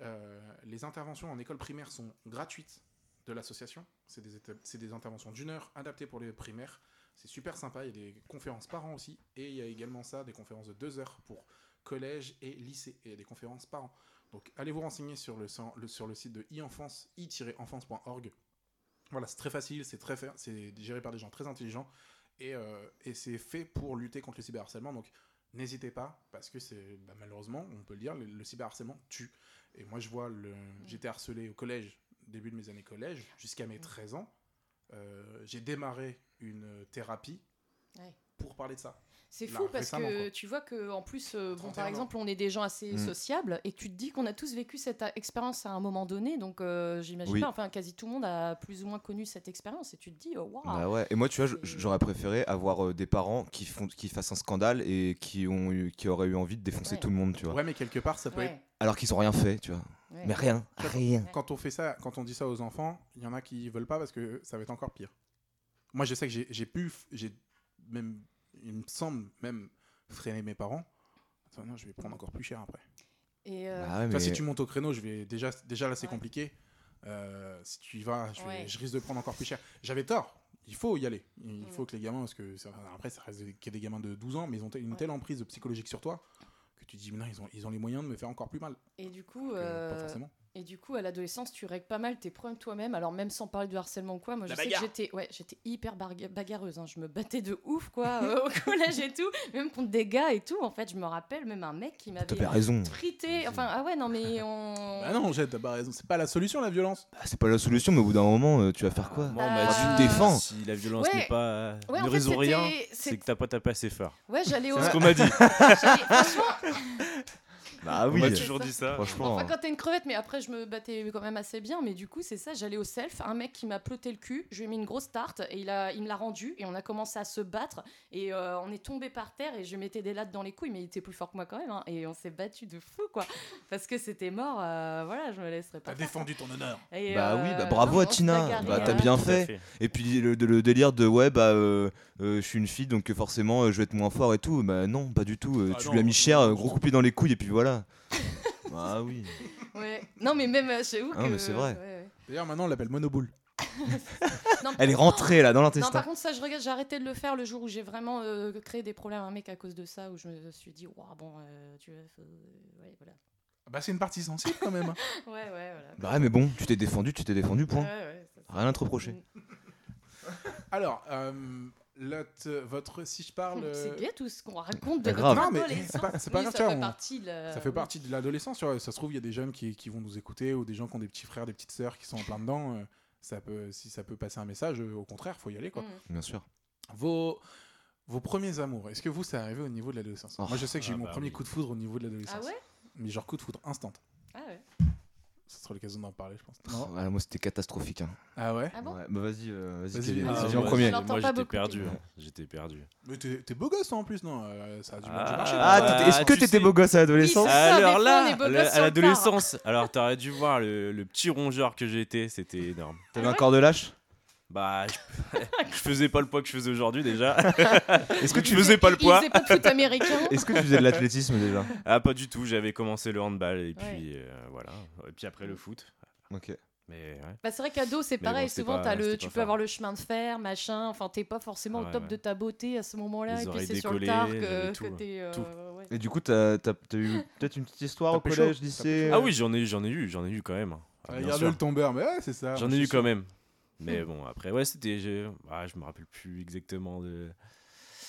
euh, les interventions en école primaire sont gratuites de l'association. C'est des, éta- c'est des interventions d'une heure adaptées pour les primaires. C'est super sympa. Il y a des conférences par an aussi. Et il y a également ça, des conférences de deux heures pour collège et lycée. Et il y a des conférences par an. Donc allez vous renseigner sur le, sen- le- sur le site de e-enfance, i-enfance.org. Voilà, c'est très facile, c'est très fa- c'est géré par des gens très intelligents et, euh, et c'est fait pour lutter contre le cyberharcèlement. Donc n'hésitez pas parce que c'est bah, malheureusement, on peut le dire, le, le cyberharcèlement tue. Et moi je vois, le,
Mm.
j'étais harcelé au collège, début de mes années collège, jusqu'à
Mm.
mes 13 ans. Euh, j'ai démarré une thérapie
Ouais.
pour parler de Bah, ça.
C'est
Là,
fou parce
récemment,
que
quoi.
tu vois que en plus, euh, bon,
31
par
ans.
exemple, on est des gens assez
Mm.
sociables et que tu te dis qu'on a tous vécu cette a- expérience à un moment donné. Donc euh, j'imagine
Oui.
pas, enfin quasi tout le monde a plus ou moins connu cette expérience et tu te dis, oh, waouh.
Bah ouais. Et moi, tu vois, je-
c'est-
j'aurais préféré avoir euh, des parents qui font, qui fassent un scandale et qui ont eu, qui auraient eu envie de défoncer
Ouais.
tout le monde, tu vois.
Ouais, mais quelque part, ça peut
Ouais.
être
Alors qu'ils ont rien fait, tu vois.
Ouais.
Mais rien, rien.
Quand on fait ça, quand on dit ça aux enfants, il y en a qui veulent pas parce que ça va être encore pire. Moi, je sais que j'ai- j'ai pu, f- j'ai même, il me semble même freiner mes parents. Attends, non, je vais prendre encore plus cher après.
Et euh,
Bah ouais,
Toi,
mais-
si tu montes au créneau, je vais déjà, déjà là, c'est
Ouais.
compliqué. Euh, si tu y vas, je, vais-
Ouais.
je risque de prendre encore plus cher. J'avais tort. Il faut y aller. Il
Mm.
faut que les gamins, parce que ça- après, ça reste des- qu'il y a des gamins de 12 ans, mais ils ont t- une
Ouais.
telle emprise psychologique sur toi que tu te dis, mais non, ils ont, ils ont les moyens de me faire encore plus mal.
et du coup,
Que Pas
euh,
forcément.
Et du coup, à l'adolescence, tu règles pas mal tes problèmes toi-même. Alors, même sans parler de harcèlement ou quoi, moi, je
La
sais que
bagarre.
j'étais ouais, j'étais hyper barga- bagarreuse. hein. Je me battais de ouf, quoi, euh, au collège et tout. Même contre des gars et tout. En fait, je me rappelle même un mec qui m'avait
T'avais raison.
frité. Enfin, ah ouais, non, mais on.
Bah non, j'ai t'as pas raison. C'est pas la solution, la violence.
Bah, c'est pas la solution, mais au bout d'un moment, euh, tu vas faire quoi
Moi, on m'a
Bah,
dit, euh,
tu te défends.
Si la violence
Ouais.
n'est pas,
Ouais, en
ne
fait,
résout
c'était-
rien, c'est
c'est-
que t'as pas tapé assez fort.
Ouais, j'allais au.
C'est ce qu'on m'a dit.
j'allais- Franchement,
Bah
on m'a
c'est
toujours
ça.
dit ça.
Franchement.
hein.
enfin, quand t'es une crevette, mais après, je me battais quand même assez bien. Mais du coup, c'est ça, j'allais au self. Un mec qui m'a ploté le cul, je lui ai mis une grosse tarte et il, a, il me l'a rendu. Et on a commencé à se battre. Et euh, on est tombé par terre et je lui mettais des lattes dans les couilles, mais il était plus fort que moi quand même. hein, et on s'est battu de fou, quoi. Parce que c'était mort, euh, voilà, je me laisserai pas.
T'as défendu ton honneur.
Et,
Bah
euh,
oui, bah
non,
bravo
mais
à
on s'est
Tina.
bagarré,
Bah
euh,
t'as bien
Tout à
fait. Et puis le, le délire de ouais bah euh, euh, je suis une fille donc forcément euh, je vais être moins fort et tout. Bah non pas du tout. euh,
Ah
tu
non,
lui as mis cher,
non,
euh,
non,
gros
non.
coupé dans les couilles et puis voilà. bah oui.
ouais. Non, mais même euh, chez vous.
Ah,
que-
mais c'est vrai.
ouais,
D'ailleurs, maintenant, on l'appelle Monoboule.
ouais. Non,
Elle est rentrée là dans
Non,
l'intestin.
par contre, ça, je regarde, j'ai arrêté de le faire le jour où j'ai vraiment euh, créé des problèmes à un mec à cause de ça, où je me suis dit, waouh, bon, euh, tu veux. faut- Ouais, voilà.
Bah, c'est une partie sensible quand même.
Ouais, ouais, voilà.
Bah ouais, mais bon, tu t'es défendu, tu t'es défendu, point.
Ouais, ouais, ça,
Rien à te reprocher.
Alors, euh, l'autre- votre, si je parle.
c'est-
euh,
C'est gay tout ce qu'on raconte de
Mais
notre
grave.
Non, mais
adolescence.
c'est pas- c'est pas
Oui,
grave,
ça
tiens,
fait
on-
partie de la-
Ça fait partie de l'adolescence, tu vois. Ça se trouve, il y a des jeunes qui, qui vont nous écouter ou des gens qui ont des petits frères, des petites sœurs qui sont en plein dedans. euh, ça peut, si ça peut passer un message, euh, au contraire, faut y aller, quoi.
Mm.
Bien sûr.
Vos, vos premiers amours, est-ce que vous, ça arrivé au niveau de l'adolescence
Oh.
Moi, je sais que j'ai
Ah
eu mon
bah
premier
oui.
coup de foudre au niveau de
Ah
l'adolescence.
ouais
Mais genre coup de foudre instant.
Ah ouais.
Ça sera l'occasion d'en parler, je pense.
Oh, ouais, moi c'était catastrophique. hein.
Ah ouais
Ah bon
Ouais, bah vas-y, euh, vas-y,
Vas-y,
Kevin,
vas-y,
vas-y
vas-y.
en premier.
Je l'entends
Ah, Moi,
pas
j'étais
beaucoup.
perdu. hein. J'étais perdu.
Mais t'es t'es beau gosse, toi, en plus, non Euh, Ça a dû
Ah.
dû marcher.
Ah,
quoi.
t'étais- est-ce
Ah,
que
tu
t'étais
sais.
beau gosse à l'adolescence
Oui, c'est ça,
alors
des
là,
fois, on est beau
le-
gosse
à
sur le tard.
l'adolescence, alors t'aurais dû voir le, le petit rongeur que j'étais, c'était énorme.
T'avais un corps de lâche
Bah, je, je faisais pas le poids que je faisais aujourd'hui déjà.
Est-ce que tu
faisais pas le poids
Il faisait pas de foot américain.
Est-ce que tu faisais de l'athlétisme déjà
Ah, pas du tout, j'avais commencé le handball et puis
Ouais. Mm.
euh, voilà. Et puis après le foot.
Ok.
Mais ouais.
Bah, c'est vrai qu'ado, c'est
Mais
pareil.
bon, c'était
souvent,
pas-
t'as le,
c'était
tu
pas
peux
fort.
avoir le chemin de fer, machin. Enfin, t'es pas forcément
Ouais,
au top
ouais.
de ta beauté à ce moment-là.
Les
et puis,
oreilles
c'est sur le
décollées,
tard
j'avais
que,
tout,
que
là.
t'es. euh, ouais.
Et du coup, t'as t'as- t'as eu peut-être une petite histoire
T'as
au
pécho,
collège,
t'as
lycée
Ah oui, j'en ai eu, j'en ai eu, j'en ai eu quand même. Ah,
Ah,
bien
Regarde
sûr.
le tombeur, mais ouais, c'est ça.
J'en ai eu quand même. Mais bon, après, ouais, c'était. Je, ah, je me rappelle plus exactement de.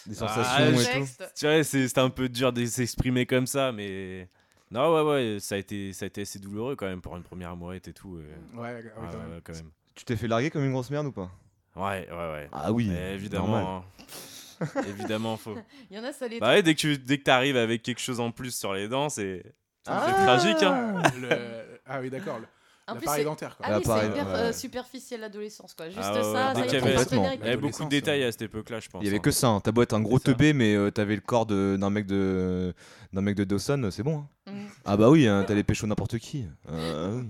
Des
Ah,
sensations
le
et tout
Texte.
Tu vois, c'est- c'était un peu dur de s'exprimer comme ça, mais. Non, ouais, ouais, ça a été, ça a été assez douloureux quand même pour une première amourette et tout. euh.
Ouais, ouais,
Ah,
quand même.
ouais, quand même.
Tu t'es fait larguer comme une grosse merde ou pas
Ouais, ouais, ouais.
Ah oui.
Eh, évidemment. hein. évidemment, faut.
Il y en a, ça les.
Bah ouais, dès que tu dès que t'arrives avec quelque chose en plus sur les dents, c'est.
Bah,
Ah.
C'est tragique, hein.
Le- Ah oui, d'accord. le-
En plus,
L'appareil
c'est-
dentaire, quoi.
Ah oui, c'est
L'appareil,
hyper
ouais.
euh, superficiel l'adolescence, quoi. Juste
Ah ouais,
ça,
ouais,
ça
dès
y est,
qu'il y avait-
faut se tenir avec-
Il y avait beaucoup de
L'adolescence,
détails
euh,
à cette époque-là, je pense.
Il y avait
hein.
que ça. hein. T'as beau être un gros
C'est ça.
teubé, mais euh, t'avais le corps de- d'un mec de d'un mec de Dawson, c'est bon. hein.
Mm.
Ah bah oui, hein, t'allais pécho n'importe qui. Euh, oui.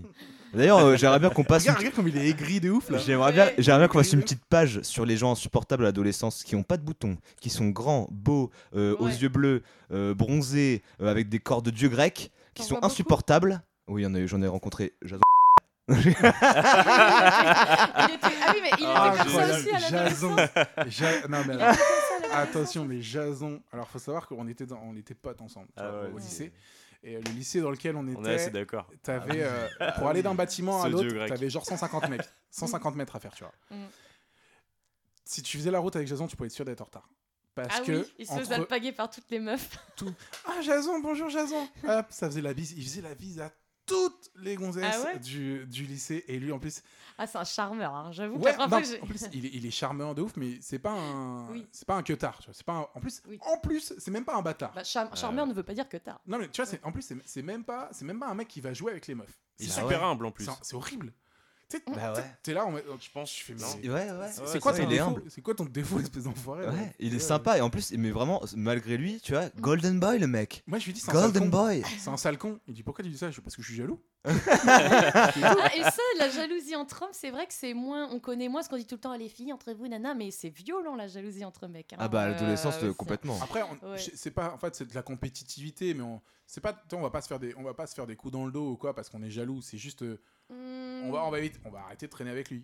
D'ailleurs, euh, j'aimerais bien qu'on passe. une-
Regarde, regarde comme il est aigri de ouf, là.
J'aimerais bien,
Ouais.
j'aimerais bien qu'on fasse une petite page sur les gens insupportables à l'adolescence qui n'ont pas de boutons, qui sont grands, beaux, euh, aux
Ouais.
yeux bleus, euh, bronzés, euh, avec des corps de dieux grecs,
T'en
qui sont
vois beaucoup
insupportables. Oui, il y en a eu- j'en ai rencontré. j'adore.
Il était- Ah oui, mais il était
Ah,
comme ça
incroyable.
aussi à
Jason.
l'adolescence.
Ja- Non, mais alors,
Il était comme ça à l'adolescence.
Attention, mais Jason. Alors, faut savoir qu'on était, dans- on était potes ensemble tu
Ah
vois,
ouais,
au
c'est-
lycée. Et euh, le lycée dans lequel on
On est assez
était,
d'accord. Ah,
t'avais, euh, pour aller d'un bâtiment à
Ce dieu
l'autre,
grec.
t'avais genre 150 mètres, 150 mètres à faire, tu vois.
Mm.
Si tu faisais la route avec Jason, tu pouvais être sûr d'être en retard. Parce
Ah
que
oui, il se faisait
entre-
alpaguer par toutes les meufs.
ah Jason, bonjour Jason. Hop, ça faisait la bise. Il faisait la bise à toutes les gonzesses
Ah ouais
du, du lycée. Et lui, en plus,
Ah, c'est un charmeur, hein, j'avoue.
Ouais,
qu'après,
non,
j'ai-
en plus, il est, il est charmeur de ouf, mais c'est pas un,
Oui.
c'est pas un queutard. tu vois, C'est pas un- en plus,
Oui.
en plus, c'est même pas un bâtard.
Bah, char- charmeur ne veut pas dire que tard.
Non mais tu vois, c'est- en plus c'est- c'est même pas, c'est même pas un mec qui va jouer avec les meufs.
Il est
C'est
Ah
ça
super
qui-
humble en plus.
c'est- C'est horrible. Tu sais,
Bah ouais.
T'es là, on... met- oh,
Je pense que je suis marrant.
C'est-
Ouais, ouais.
c'est
Ouais,
quoi
ça,
ton
il est
défaut
humble.
C'est quoi ton défaut, espèce d'enfoiré ouais.
Ouais, il est sympa et en plus, mais vraiment, malgré lui, tu
Mm.
vois, Golden Boy le mec.
Moi, je lui dis, c'est un sale con.
Golden Boy
C'est un sale con. Il dit, pourquoi tu dis ça Je dis, Parce que je suis jaloux.
Ah, et ça, la jalousie entre hommes, c'est vrai que c'est moins. On connaît moins ce qu'on dit tout le temps à les filles entre vous, nana, mais c'est violent la jalousie entre mecs. hein.
Ah bah, à
Euh,
l'adolescence,
c'est-
euh, complètement.
Après, on-
Ouais.
je- c'est pas, en fait, c'est de la compétitivité, mais on, c'est pas, tu sais, on va pas se faire des, on va pas se faire des coups dans le dos ou quoi, parce qu'on est jaloux. C'est juste, euh,
Hmm,
on va, on va vite, on va arrêter de traîner avec lui.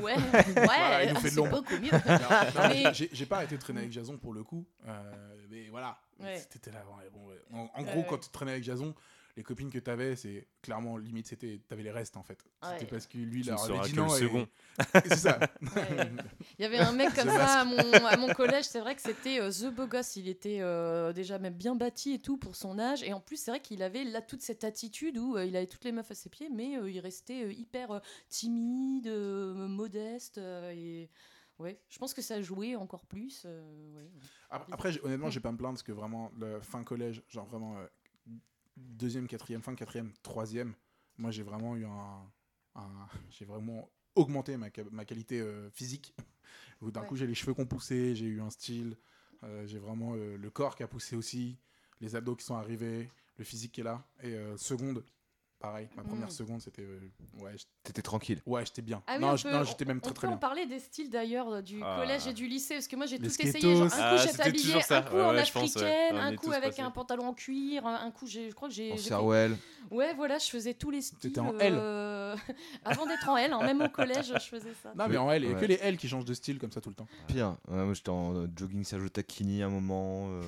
Ouais, ouais,
Voilà, il nous fait de
c'est
l'ombre.
beaucoup mieux.
Non, non,
Mais-
j'ai- J'ai j'ai pas arrêté de traîner avec Jason pour le coup, euh, mais voilà.
Ouais.
C'était là, ouais, bon, ouais. En, en
Ouais,
gros,
ouais.
quand tu traînais avec Jason. Les copines que t'avais, c'est clairement limite, c'était t'avais les restes en fait. C'était
Ouais.
parce que lui, il
Tu ne
leur avait
seras
dit
que le
non. et-
second.
et c'est ça.
Ouais. Il y avait un mec comme ça à mon, à mon collège, c'est vrai que c'était euh, The Beau Gosse, il était euh, déjà même bien bâti et tout pour son âge, et en plus c'est vrai qu'il avait là toute cette attitude où euh, il avait toutes les meufs à ses pieds, mais euh, il restait euh, hyper euh, timide, euh, modeste, euh, et ouais, je pense que ça jouait encore plus. euh, ouais.
Ap- Après, j'ai- honnêtement, j'ai pas à me plaindre parce que vraiment, le fin collège, genre vraiment euh, deuxième, quatrième, fin quatrième, troisième, moi j'ai vraiment eu un. un- j'ai vraiment augmenté ma, ca- ma qualité euh, physique. Où D'un
Ouais.
coup, j'ai les cheveux qui ont poussé, j'ai eu un style, euh, j'ai vraiment euh, le corps qui a poussé aussi, les abdos qui sont arrivés, le physique qui est là. Et euh, seconde, pareil, ma première
Mm.
seconde, c'était. euh, ouais, j't-
T'étais tranquille.
ouais, j'étais bien.
Ah oui,
non,
on
j-
peut-
non, j'étais
on
même très très
peut en
bien.
parler des styles d'ailleurs euh, du
Ah.
collège et du lycée parce que moi j'ai tout
Les
essayé. genre, un
skatos.
coup
Ah, c'était
j'étais
toujours ça.
un coup
Ouais,
en
ouais, je pense, ouais.
africaine,
On
un
est
coup
tous
avec
passés.
un pantalon en cuir, un un coup j'ai- je crois que j'ai.
En
j'ai fait-
Sarwell.
Ouais voilà je faisais tous les styles.
T'étais en
euh, Avant d'être en L, hein, même au collège je faisais ça.
Non, mais en L, il y a
Ouais.
que les L qui changent de style comme ça tout le temps.
Ah
Pire. Ouais, moi j'étais en euh, jogging Sergio Tacchini à un moment, euh,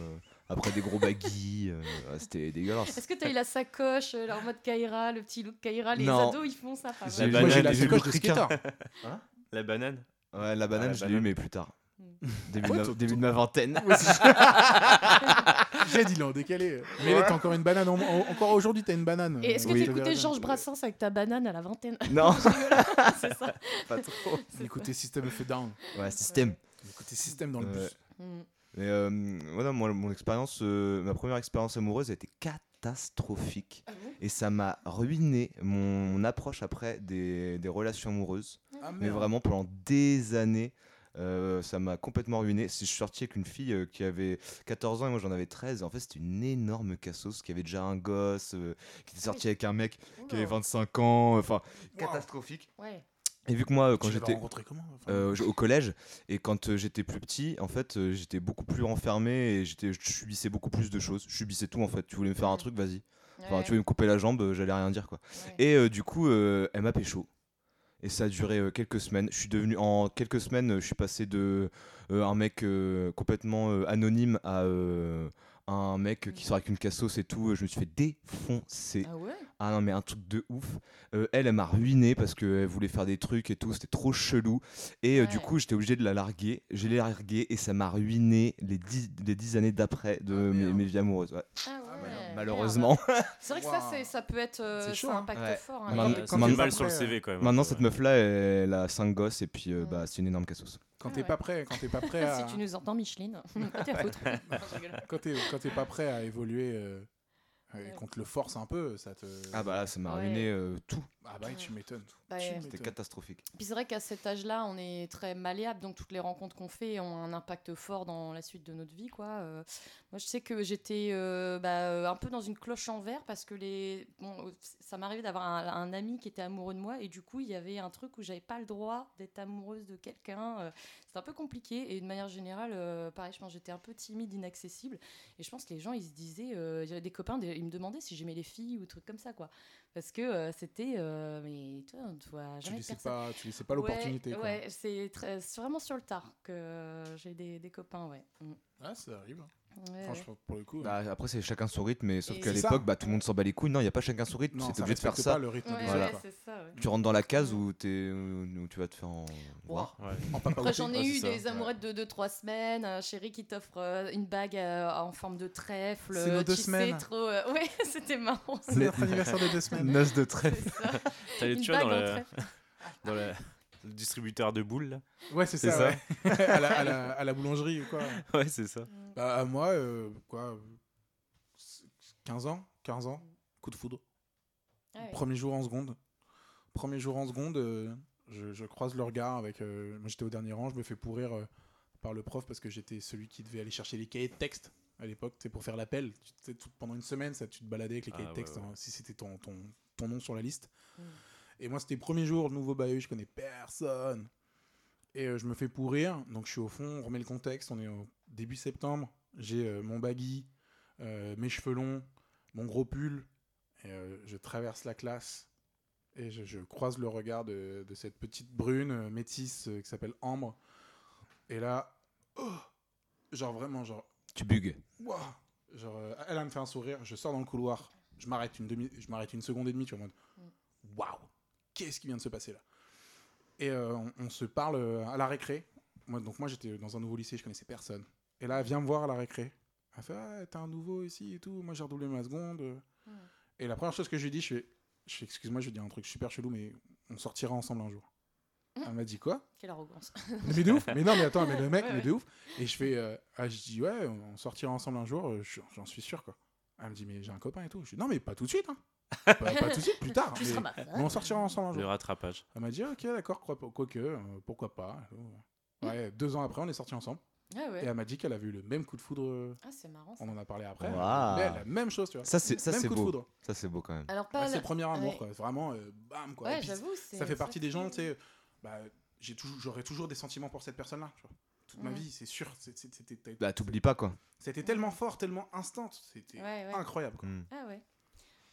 après des gros baggy, euh, ah, c'était dégueulasse.
Est-ce que t'as eu la sacoche, euh, là, en mode Kaira, le petit look Kaira Les
Non.
ados ils font ça. pas mal.
J'ai eu-
La
Moi, j'ai
banane
la
et
j'ai eu le
sacoche de
criquin.
skater.
La banane
Ouais, la banane,
Ah, la
je l'ai eu,
banane.
mais plus tard.
Mm.
Début,
Ouais,
de,
tout-
ma, début de ma vingtaine.
Jade, il est en décalé. Mais là, t'as encore une banane. en- en- encore aujourd'hui, t'as une banane.
Et est-ce que
Oui.
t'écoutais Georges Brassens avec ta banane à la vingtaine
non,
Je rigole, C'est ça.
pas trop.
c'est
Écoutez, System of a Down.
Ouais, système.
Écoutez, System dans le
Ouais.
bus.
ça. Mm.
Mais euh, voilà, moi, mon expérience, euh, ma première expérience amoureuse a été catastrophique. Et ça m'a ruiné mon, mon approche après des, des relations amoureuses.
Ah,
Mais vraiment, pendant des années, euh, ça m'a complètement ruiné. Si je suis sorti avec une fille euh, qui avait 14 ans et moi j'en avais 13, en fait, c'était une énorme cassos qui avait déjà un gosse, euh, qui était sorti avec un mec qui avait 25 ans. euh, Enfin, catastrophique.
Ouais.
Et vu que moi, euh, quand
Quand j'étais
j'étais.
rencontré comment enfin,
Euh, j- au collège et quand euh, j'étais plus petit en fait euh, j'étais beaucoup plus renfermé et j'étais je subissais beaucoup plus de choses je subissais tout en fait tu voulais me faire un truc vas-y enfin
Ouais.
tu voulais me couper la jambe euh, j'allais rien dire quoi
Ouais.
et euh, du coup euh, elle m'a pécho et ça a duré euh, quelques semaines je suis devenu en quelques semaines euh, je suis passé de euh, un mec euh, complètement euh, anonyme à euh, un mec qui sort avec une cassos et tout euh, je me suis fait défoncer
Ah ouais
ah non, mais un truc de ouf. Euh, elle, elle m'a ruiné parce qu'elle voulait faire des trucs et tout. C'était trop chelou. Et euh, du
Ouais.
coup, j'étais obligé de la larguer. Je l'ai larguée et ça m'a ruiné les dix, les dix années d'après de mes, mes vies amoureuses. Ouais.
Ah Oh, ouais, merde. hein.
Malheureusement.
C'est vrai que ça,
Waouh.
c'est- ça peut être. euh,
C'est chaud,
ça
hein.
impacte
Ouais.
fort. hein.
Maintenant,
Ouais, euh,
t'es- quand
ça fait
t'es
maintenant-
pas
mal sur le
prêt,
CV quand même. hein.
Maintenant,
Ouais.
cette meuf-là, elle a cinq gosses et puis euh, bah, c'est une énorme cassos.
Quand
Ah
t'es
ouais.
pas prêt, quand t'es pas prêt à,
Si tu nous entends, Micheline, t'es à foutre. Non, je rigole.
quand t'es, quand t'es pas prêt à évoluer, euh, et qu'on te le force un peu, ça te.
Ah bah là, ça m'a
Ouais.
ruiné euh, tout.
Ah bah, tu m'étonnes.
Bah,
Tu
euh,
m'étonnes.
C'était catastrophique.
Puis c'est vrai qu'à cet âge-là, on est très malléable, donc toutes les rencontres qu'on fait ont un impact fort dans la suite de notre vie, quoi. Euh, moi, je sais que j'étais euh, bah, euh, un peu dans une cloche en verre parce que les, bon, euh, ça m'arrivait d'avoir un, un ami qui était amoureux de moi et du coup, il y avait un truc où j'avais pas le droit d'être amoureuse de quelqu'un. euh, C'était un peu compliqué et de manière générale, euh, pareil, je pense que j'étais un peu timide, inaccessible et je pense que les gens, ils se disaient, euh, j'avais des copains, des- ils me demandaient si j'aimais les filles ou des trucs comme ça, quoi. Parce que euh, c'était, euh, mais toi, on ne voit
Tu
jamais
laissais
personne.
pas, tu laissais pas l'opportunité.
Ouais,
quoi.
ouais, c'est très- c'est vraiment sur le tard que euh, j'ai des, des copains, ouais. Mm.
Ah, ça arrive. hein.
Ouais, ouais.
Franchement, pour le coup.
Bah, après, c'est chacun son rythme, mais sauf
Et-
qu'à
C'est ça.
l'époque, bah, tout le monde s'en bat les couilles. Non, il n'y a pas chacun son rythme.
non,
C'était
ça
obligé de faire
respecte
ça.
pas le rythme
Ouais,
des
Voilà.
autres,
ouais, c'est ça, ouais.
Tu rentres dans la case où, t'es- où tu vas te faire en... voir.
Ouais.
quoi. En papa
Après,
outil.
j'en ai
Ouais,
eu
c'est ça,
des
ouais.
amourettes de 2-3 semaines. Un chéri qui t'offre euh, une bague euh, en forme de trèfle.
C'est nos
euh,
deux
tu sais
semaines.
trop, euh, ouais, c'était marrant.
C'est notre anniversaire de deux semaines.
Noce de trèfle.
C'est ça.
T'allais,
Une
tu vois,
bague
dans,
en
la-
trèfle.
dans la- le distributeur de boules, là.
Ouais, c'est
C'est
ça. ouais. à, la, à la- à la boulangerie ou quoi.
Ouais, c'est ça.
Bah, à moi, euh, quoi, euh, 15 ans, 15 ans, coup de foudre.
Ouais.
Premier jour en seconde. Premier jour en seconde, euh, je, je croise le regard avec. euh, moi, j'étais au dernier rang, je me fais pourrir euh, par le prof parce que j'étais celui qui devait aller chercher les cahiers de texte à l'époque, c'est pour faire l'appel. Tu sais, tout- Pendant une semaine, ça, tu te baladais avec les
Ah,
cahiers de
ouais,
texte
ouais.
hein, si c'était ton, ton, ton nom sur la liste.
Mm.
Et moi, c'était premier jour, nouveau bahut, je connais personne. Et euh, je me fais pourrir, donc je suis au fond, on remet le contexte, on est au début septembre, j'ai euh, mon baggy, euh, mes cheveux longs, mon gros pull, et euh, je traverse la classe et je, je croise le regard de, de cette petite brune euh, métisse euh, qui s'appelle Ambre. Et là, oh, genre vraiment, genre,
Tu bugs.
Wouah Genre, euh, elle elle me fait un sourire, je sors dans le couloir, je m'arrête une demi, je m'arrête une seconde et demie, tu vois, en mode, waouh, qu'est-ce qui vient de se passer là Et euh, on, on se parle euh, à la récré. Moi, donc moi, j'étais dans un nouveau lycée, je connaissais personne. Et là, elle vient me voir à la récré. Elle fait, ah, t'es un nouveau ici et tout. Moi, j'ai redoublé ma seconde. Et la première chose que je lui dis, je fais, je fais, excuse-moi, je vais dire un truc super chelou, mais on sortira ensemble un jour. Elle m'a dit quoi
Quelle arrogance.
mais de ouf mais non mais attends mais le mec
Ouais,
mais
ouais.
de ouf et je fais euh, ah, je dis ouais on sortira ensemble un jour euh, je- j'en suis sûr quoi elle me dit mais j'ai un copain et tout je dis non mais pas tout de suite hein. pas, pas tout de suite plus tard
Tu
mais,
seras ma
mais on sortira ensemble un
Le
jour
rattrapage.
elle m'a dit ok d'accord quoi, quoique euh, pourquoi pas ouais deux ans après on est sortis ensemble
Ah
et
ouais.
elle m'a dit qu'elle avait eu le même coup de foudre euh,
Ah, c'est marrant. ça.
on en a parlé après
Waouh.
mais elle, la même chose tu vois
Ça, c'est ça,
même
c'est
coup de
beau.
foudre
Ça, c'est beau quand même.
Alors,
Ah,
pas.
c'est le premier amour
ouais.
quoi vraiment euh, bam quoi Et
Ouais,
puis,
j'avoue. c'est-
ça fait partie des gens,
fait-
tu sais, bah, j'ai toujours, j'aurai toujours des sentiments pour cette personne-là, tu vois. Toute ma
Ouais.
vie, c'est sûr. c'est- c'est- C'était t'as-
Bah, t'oublies pas quoi.
c'était tellement fort, tellement instant, c'était
Ouais, ouais.
incroyable. quoi.
Mm.
Ah ouais.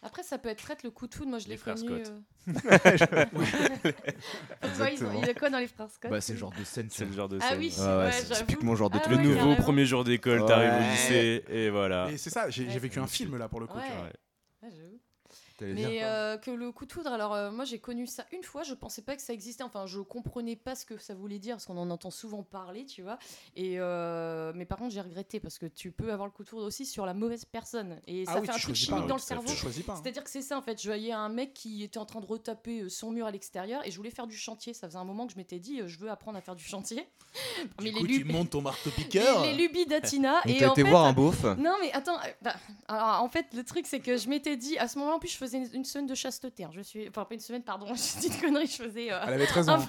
Après, ça peut être traite le coup de foudre. Moi, je
Les
l'ai
frères
connu.
Scott.
euh. Pourquoi ils ont-
Exactement.
il y a quoi dans les frères Scott
Bah, c'est le genre de scène.
C'est le genre de
Ah
scène.
oui,
Ouais, ouais,
ouais,
c'est
j'avoue.
typiquement le genre de
Ah
truc
Le
ouais,
nouveau
carrément.
premier jour d'école, t'arrives
Ouais.
au lycée et voilà.
Bah,
Et c'est ça, j'ai j'ai
Ouais.
vécu un film là pour le coup. tu
Ouais.
vois.
Ouais, j'avoue.
T'allais dire
Mais euh, que le coup de foudre, alors euh, moi j'ai connu ça une fois, je pensais pas que ça existait, enfin je comprenais pas ce que ça voulait dire, parce qu'on en entend souvent parler, tu vois. Et euh, mais par contre j'ai regretté, parce que tu peux avoir le coup de foudre aussi sur la mauvaise personne. Et ça
oui,
fait un
tu
truc
choisis
chimique
pas,
dans
oui,
le
tout à fait.
cerveau.
Tu choisis pas. hein.
C'est-à-dire que c'est ça en fait, je voyais un mec qui était en train de retaper euh, son mur à l'extérieur et je voulais faire du chantier, ça faisait un moment que je m'étais dit euh, je veux apprendre à faire du chantier.
Du
mais
coup,
les,
tu
lubies-
montes ton marteau-piqueur.
les- les lubies d'Atina.
Donc,
et
t'as
en
été
fait,
voir un beauf.
non, mais attends. euh, bah, alors, en fait, le truc, c'est que je m'étais dit, à ce moment-là, en plus, je faisais une, une semaine de chasteté. hein. Je suis, enfin, pas une semaine, pardon, je dis une connerie, je faisais. euh,
Elle avait 13
Un
ans.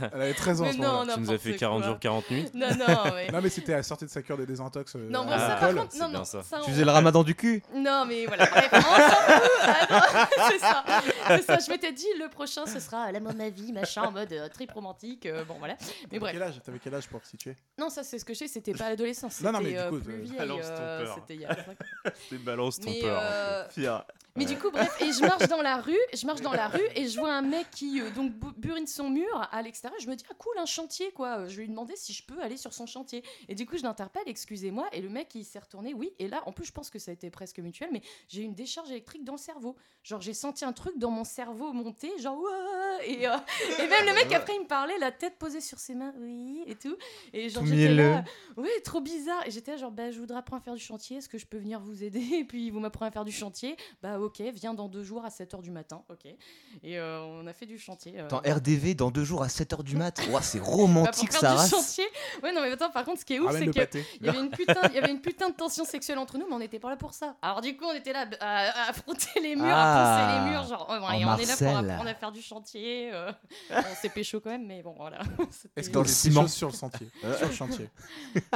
Elle avait 13 ans. à
mais
ce
non,
moment-là.
non,
Tu nous as fait 40 jours, 40 nuits.
Non, non, ouais.
Non, mais c'était à la sortie de sa cure de désintox. euh,
Non,
à
moi, ça, par
l'école.
contre,
c'est
non,
bien
non,
ça.
ça, on-
Tu faisais le ramadan du cul.
Non, mais voilà, bref, on s'en fout. Ah, non, c'est ça, c'est ça. Je m'étais dit, le prochain, ce sera euh, l'amour de ma vie, machin, en mode euh, trip romantique, euh, bon, voilà. Mais
T'avais
bref.
quel âge T'avais quel âge pour te situer
Non, ça, c'est ce que je sais, c'était pas à l'adolescence.
Non, non, mais du
c'était, euh,
coup,
plus
euh,
vieille,
balance ton
euh,
peur.
C'était il y a cinq
C'est balance
Mais, euh,
Fier.
Mais du coup, bref, et je marche dans la rue, je marche dans la rue et je vois un mec qui euh, donc bu- burine son mur à l'extérieur. Je me dis ah cool un chantier quoi. Euh, Je vais lui demander si je peux aller sur son chantier. Et du coup, je l'interpelle, excusez-moi. Et le mec il s'est retourné, oui. Et là, en plus, je pense que ça a été presque mutuel, mais j'ai eu une décharge électrique dans le cerveau. Genre j'ai senti un truc dans mon cerveau monter, genre Ouah et, euh, et même le mec après il me parlait, la tête posée sur ses mains, oui et tout. Et genre
Tout
j'étais là,
mielleux.
oui, trop bizarre. Et j'étais là, genre, bah, je voudrais apprendre à faire du chantier. Est-ce que je peux venir vous aider Et puis, vous m'apprenez à faire du chantier. Bah, ok, viens dans deux jours à 7h du matin. Ok. Et euh, on a fait du chantier. euh,
Attends, RDV dans deux jours à 7h du mat. Ouah, c'est
bah, pour
romantique,
faire
ça
du
race.
chantier. Ouais, non, mais attends, par contre, ce qui est ouf,
Ramène
c'est
le
que.
pâté.
Il y, avait une putain, il y avait une putain de tension sexuelle entre nous, mais on n'était pas là pour ça. Alors, du coup, on était là à, à affronter les murs, à
Ah.
pousser les murs. Genre, oh, bon,
En
allez, on est là pour
Marcel.
apprendre à faire du chantier. euh. Bon, on s'est pécho quand même, mais bon, voilà. C'était-
Est-ce que
Dans
dans
le
le
ciment.
sur le sentier Sur le chantier.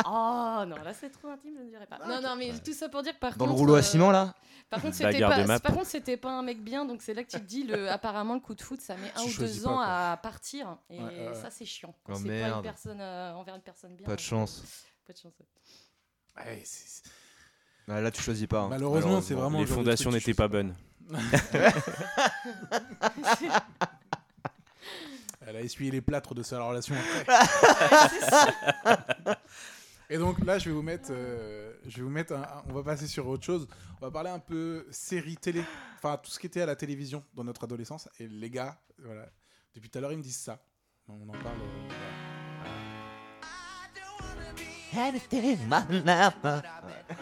Oh non, là, c'est trop intime, je ne dirais pas. Non, non, mais tout ça pour dire que par
Dans le
contre,
rouleau
euh,
à ciment là
Par contre, c'était
Bagarre de
pas,
map.
par contre, c'était pas un mec bien, donc c'est là que tu te dis, le, apparemment, le coup de foot, ça met un
Tu
ou
choisis
deux
pas,
ans
quoi.
à partir, et
Ouais, ouais, ouais.
ça, c'est chiant.
Oh,
c'est pas
merde.
une personne, euh, envers une personne bien. euh,
Pas de chance.
Pas de chance. ouais.
Ouais, c'est-
Ah, là, tu choisis pas. hein.
Malheureusement, c'est vraiment. le
Les
genre de
fondations
truc que tu
n'étaient pas bonnes.
Elle a essuyé les plâtres de sa relation.
c'est ça.
Et donc là, je vais vous mettre, euh, je vais vous mettre, un- un- on va passer sur autre chose. On va parler un peu série télé, enfin tout ce qui était à la télévision dans notre adolescence. Et les gars, voilà, depuis tout à l'heure, ils me disent ça. On en parle. euh, voilà.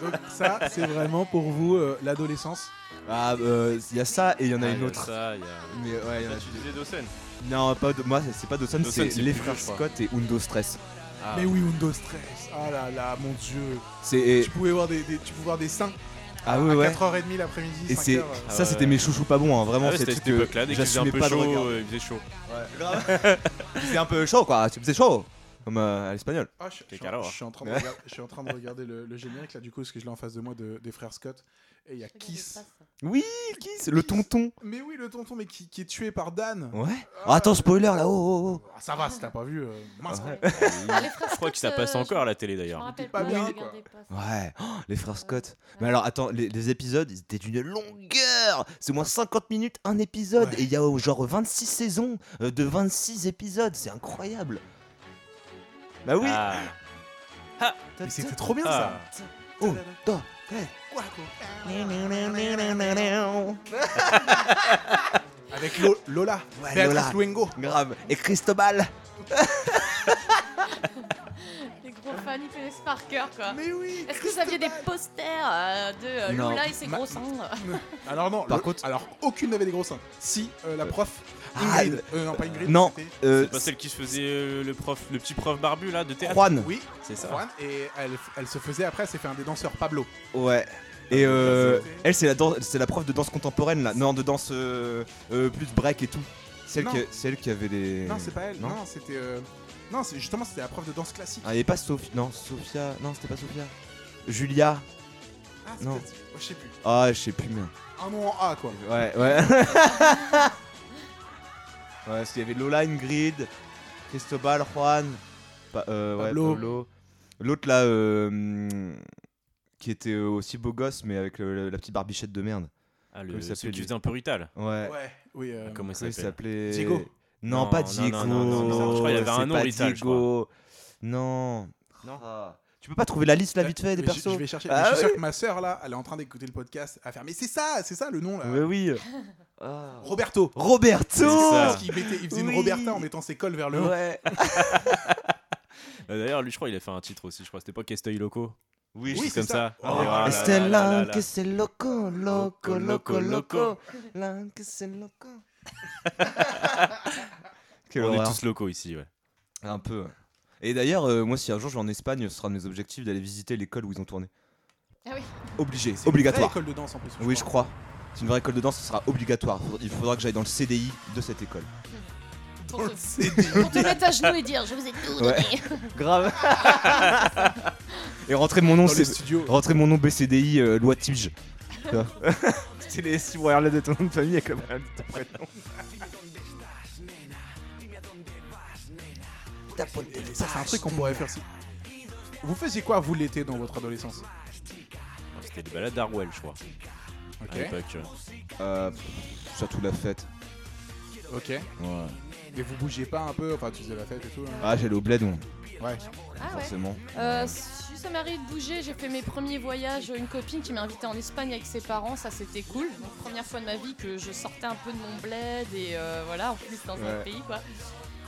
Donc ça, c'est vraiment pour vous euh, l'adolescence.
Ah, euh, il y a ça et il y en a
Ah,
une
y a
autre.
ça, y a-
Mais ouais, il y en a
Ça, tu disais Dawson.
Non, pas de... moi, c'est- c'est pas Dawson,
Dawson,
c'est
c'est
les
plus
frères
vieux, je crois.
Scott et Undo Stress.
Mais oui, Undo Stress. Ah là là, mon dieu.
C'est.
Tu pouvais voir des, des- tu pouvais voir des seins.
Ah
à
oui, ouais.
4h30 l'après-midi,
Et
5
c'est
heures, euh,
ça,
Ah ouais.
c'était mes chouchous pas bons, hein,
Ah
vraiment.
ouais,
c'est
c'était
des
cette
trucs que
époque-là, dès qu'il faisait un
j'assumais
peu
pas de
chaud,
regarder.
euh, il faisait chaud.
C'est un peu chaud, quoi. Tu faisais chaud, comme euh, à l'espagnol.
Ah, je, je suis en,
Cacalore.
je suis en train de
Ouais.
regarder, je suis en train de regarder le, le générique là, du coup, parce que je l'ai en face de moi de- des frères Scott. Et il y a Kiss.
Oui, le tonton.
Mais oui, le tonton, mais qui, qui est tué par Dan.
Ouais. Oh, attends, spoiler là. Oh, oh,
Ah, ça va, si t'as pas vu. euh, mince,
Ouais.
Je crois que ça passe
euh,
encore à la télé
Je m'en
d'ailleurs.
rappelle
Pas
pas, je
bien,
regardais pas
oh.
ça.
Ouais. Oh, les frères Scott. Mais alors, attends, les, les épisodes, ils étaient d'une longueur. C'est au moins 50 minutes un épisode.
Ouais.
Et il y a euh, genre 26 saisons euh, de 26 épisodes. C'est incroyable. Bah oui.
Ah,
mais c'était trop bien
ah.
ça.
Oh, toi, hey.
Avec Lo- Lola,
Ouais,
Beatrice
Lola.
Luengo.
Grave. Et Cristobal.
Les gros fans, ils connaissent par cœur, quoi.
Mais oui.
Ah. Est-ce que vous aviez des
Cristobal.
posters euh, de euh,
Non.
Lula et ses
Ma-
gros seins euh,
Alors non.
Par
le-
contre-
alors aucune n'avait des gros seins. Si euh, la prof.
Ah,
Ingrid. euh, non, pas Ingrid.
non.
c'était-
Euh,
C'est pas celle qui se faisait euh, le prof, le petit prof barbu là de théâtre.
Juan.
Oui,
C'est ça.
Juan, et elle, elle se faisait après, elle s'est fait un des danseurs, Pablo.
Ouais. Et euh,
Merci.
elle, c'est la, dan- c'est la prof de danse contemporaine là. Non, de danse euh, euh, plus break et tout. Celle
Non.
qui, celle qui avait des.
Non, c'est pas elle,
Non.
non, c'était. euh, Non, c'est- justement, c'était la prof de danse classique.
Ah, il y avait pas Sophie. Non, Sophia. Non, c'était pas Sophia. Julia.
Ah, c'est
non.
peut-être- oh, je sais plus.
Ah, je sais plus, mais.
Un nom en A, quoi.
Ouais, ouais. ouais, parce qu'il y avait Lola, Ingrid, Cristobal, Juan. pa- euh, ouais,
Pablo.
Pablo. L'autre là, euh, hum, qui était euh, aussi beau gosse, mais avec euh, la, la petite barbichette de merde.
Ah, le,
Comment il
celui
s'appelait,
qui
lui
faisait un peu brutal.
Ouais.
Ouais, oui. euh,
Comment
Comment il
il
s'appelle
s'appelait
Diego.
Non,
Non,
pas
non,
Diego.
non, non,
non, non, je crois qu'il y
C'est
avait un nom,
pas
Rital, je crois.
Diego. Non.
Non.
Ah. Tu peux pas trouver la liste là vite fait des
mais je-
persos
Je vais chercher.
Ah
mais je suis
oui.
sûr que ma sœur là, elle est en train d'écouter le podcast, à faire. Mais c'est ça, c'est ça le nom là.
Ouais, oui. Ah.
Roberto.
Roberto.
C'est ça.
Parce qu'il mettait- il faisait une
Ah. Oui.
Roberta en mettant ses cols vers le haut.
Ouais.
Euh, D'ailleurs, lui, je crois, il a fait un titre aussi. Je crois, c'était pas Casteuil Loco.
Oui,
Oui,
c'est comme
c'est
ça.
ça. Oh,
Et voilà, là, là, là,
Estela,
là.
que c'est loco, loco, loco,
Loco, loco.
loco. Là, que c'est loco. Quelle
On est
horreur.
tous locaux ici, ouais.
Un peu. Et d'ailleurs, euh, moi, si un jour je vais en Espagne, ce sera un de mes objectifs d'aller visiter l'école où ils ont tourné.
Ah oui.
Obligé,
C'est une
obligatoire.
vraie école de danse en plus.
Oui, je crois. C'est une vraie école de danse, ce sera obligatoire. Faudra- Il faudra que j'aille dans le CDI de cette école.
pour, te- pour te mettre à genoux et dire je vous ai tout donné.
Grave. Et rentrer mon nom,
Dans le
c'est Oh.
studio.
rentrer mon nom BCDI euh, loi Tige. Tu vois. C'était les six wireless de ton nom de famille avec le wireless de ton prénom.
Ça, c'est un truc qu'on pourrait faire si. Vous faisiez quoi, vous, l'été, dans votre adolescence
Alors, C'était des balades d'Arwell, je crois, à
Ok.
l'époque. euh.
Euh, pff, surtout la fête.
Ok. Et vous bougiez pas un peu Enfin, tu faisais la fête et tout. hein
Ah, j'allais au bled, moi,
Ouais.
Ah ouais.
forcément.
Euh, si ça m'arrive de bouger, j'ai fait mes premiers voyages. Une copine qui m'a invitée en Espagne avec ses parents, ça c'était cool. Donc, première fois de ma vie que je sortais un peu de mon bled et euh, voilà, en plus dans un
Ouais.
autre pays quoi.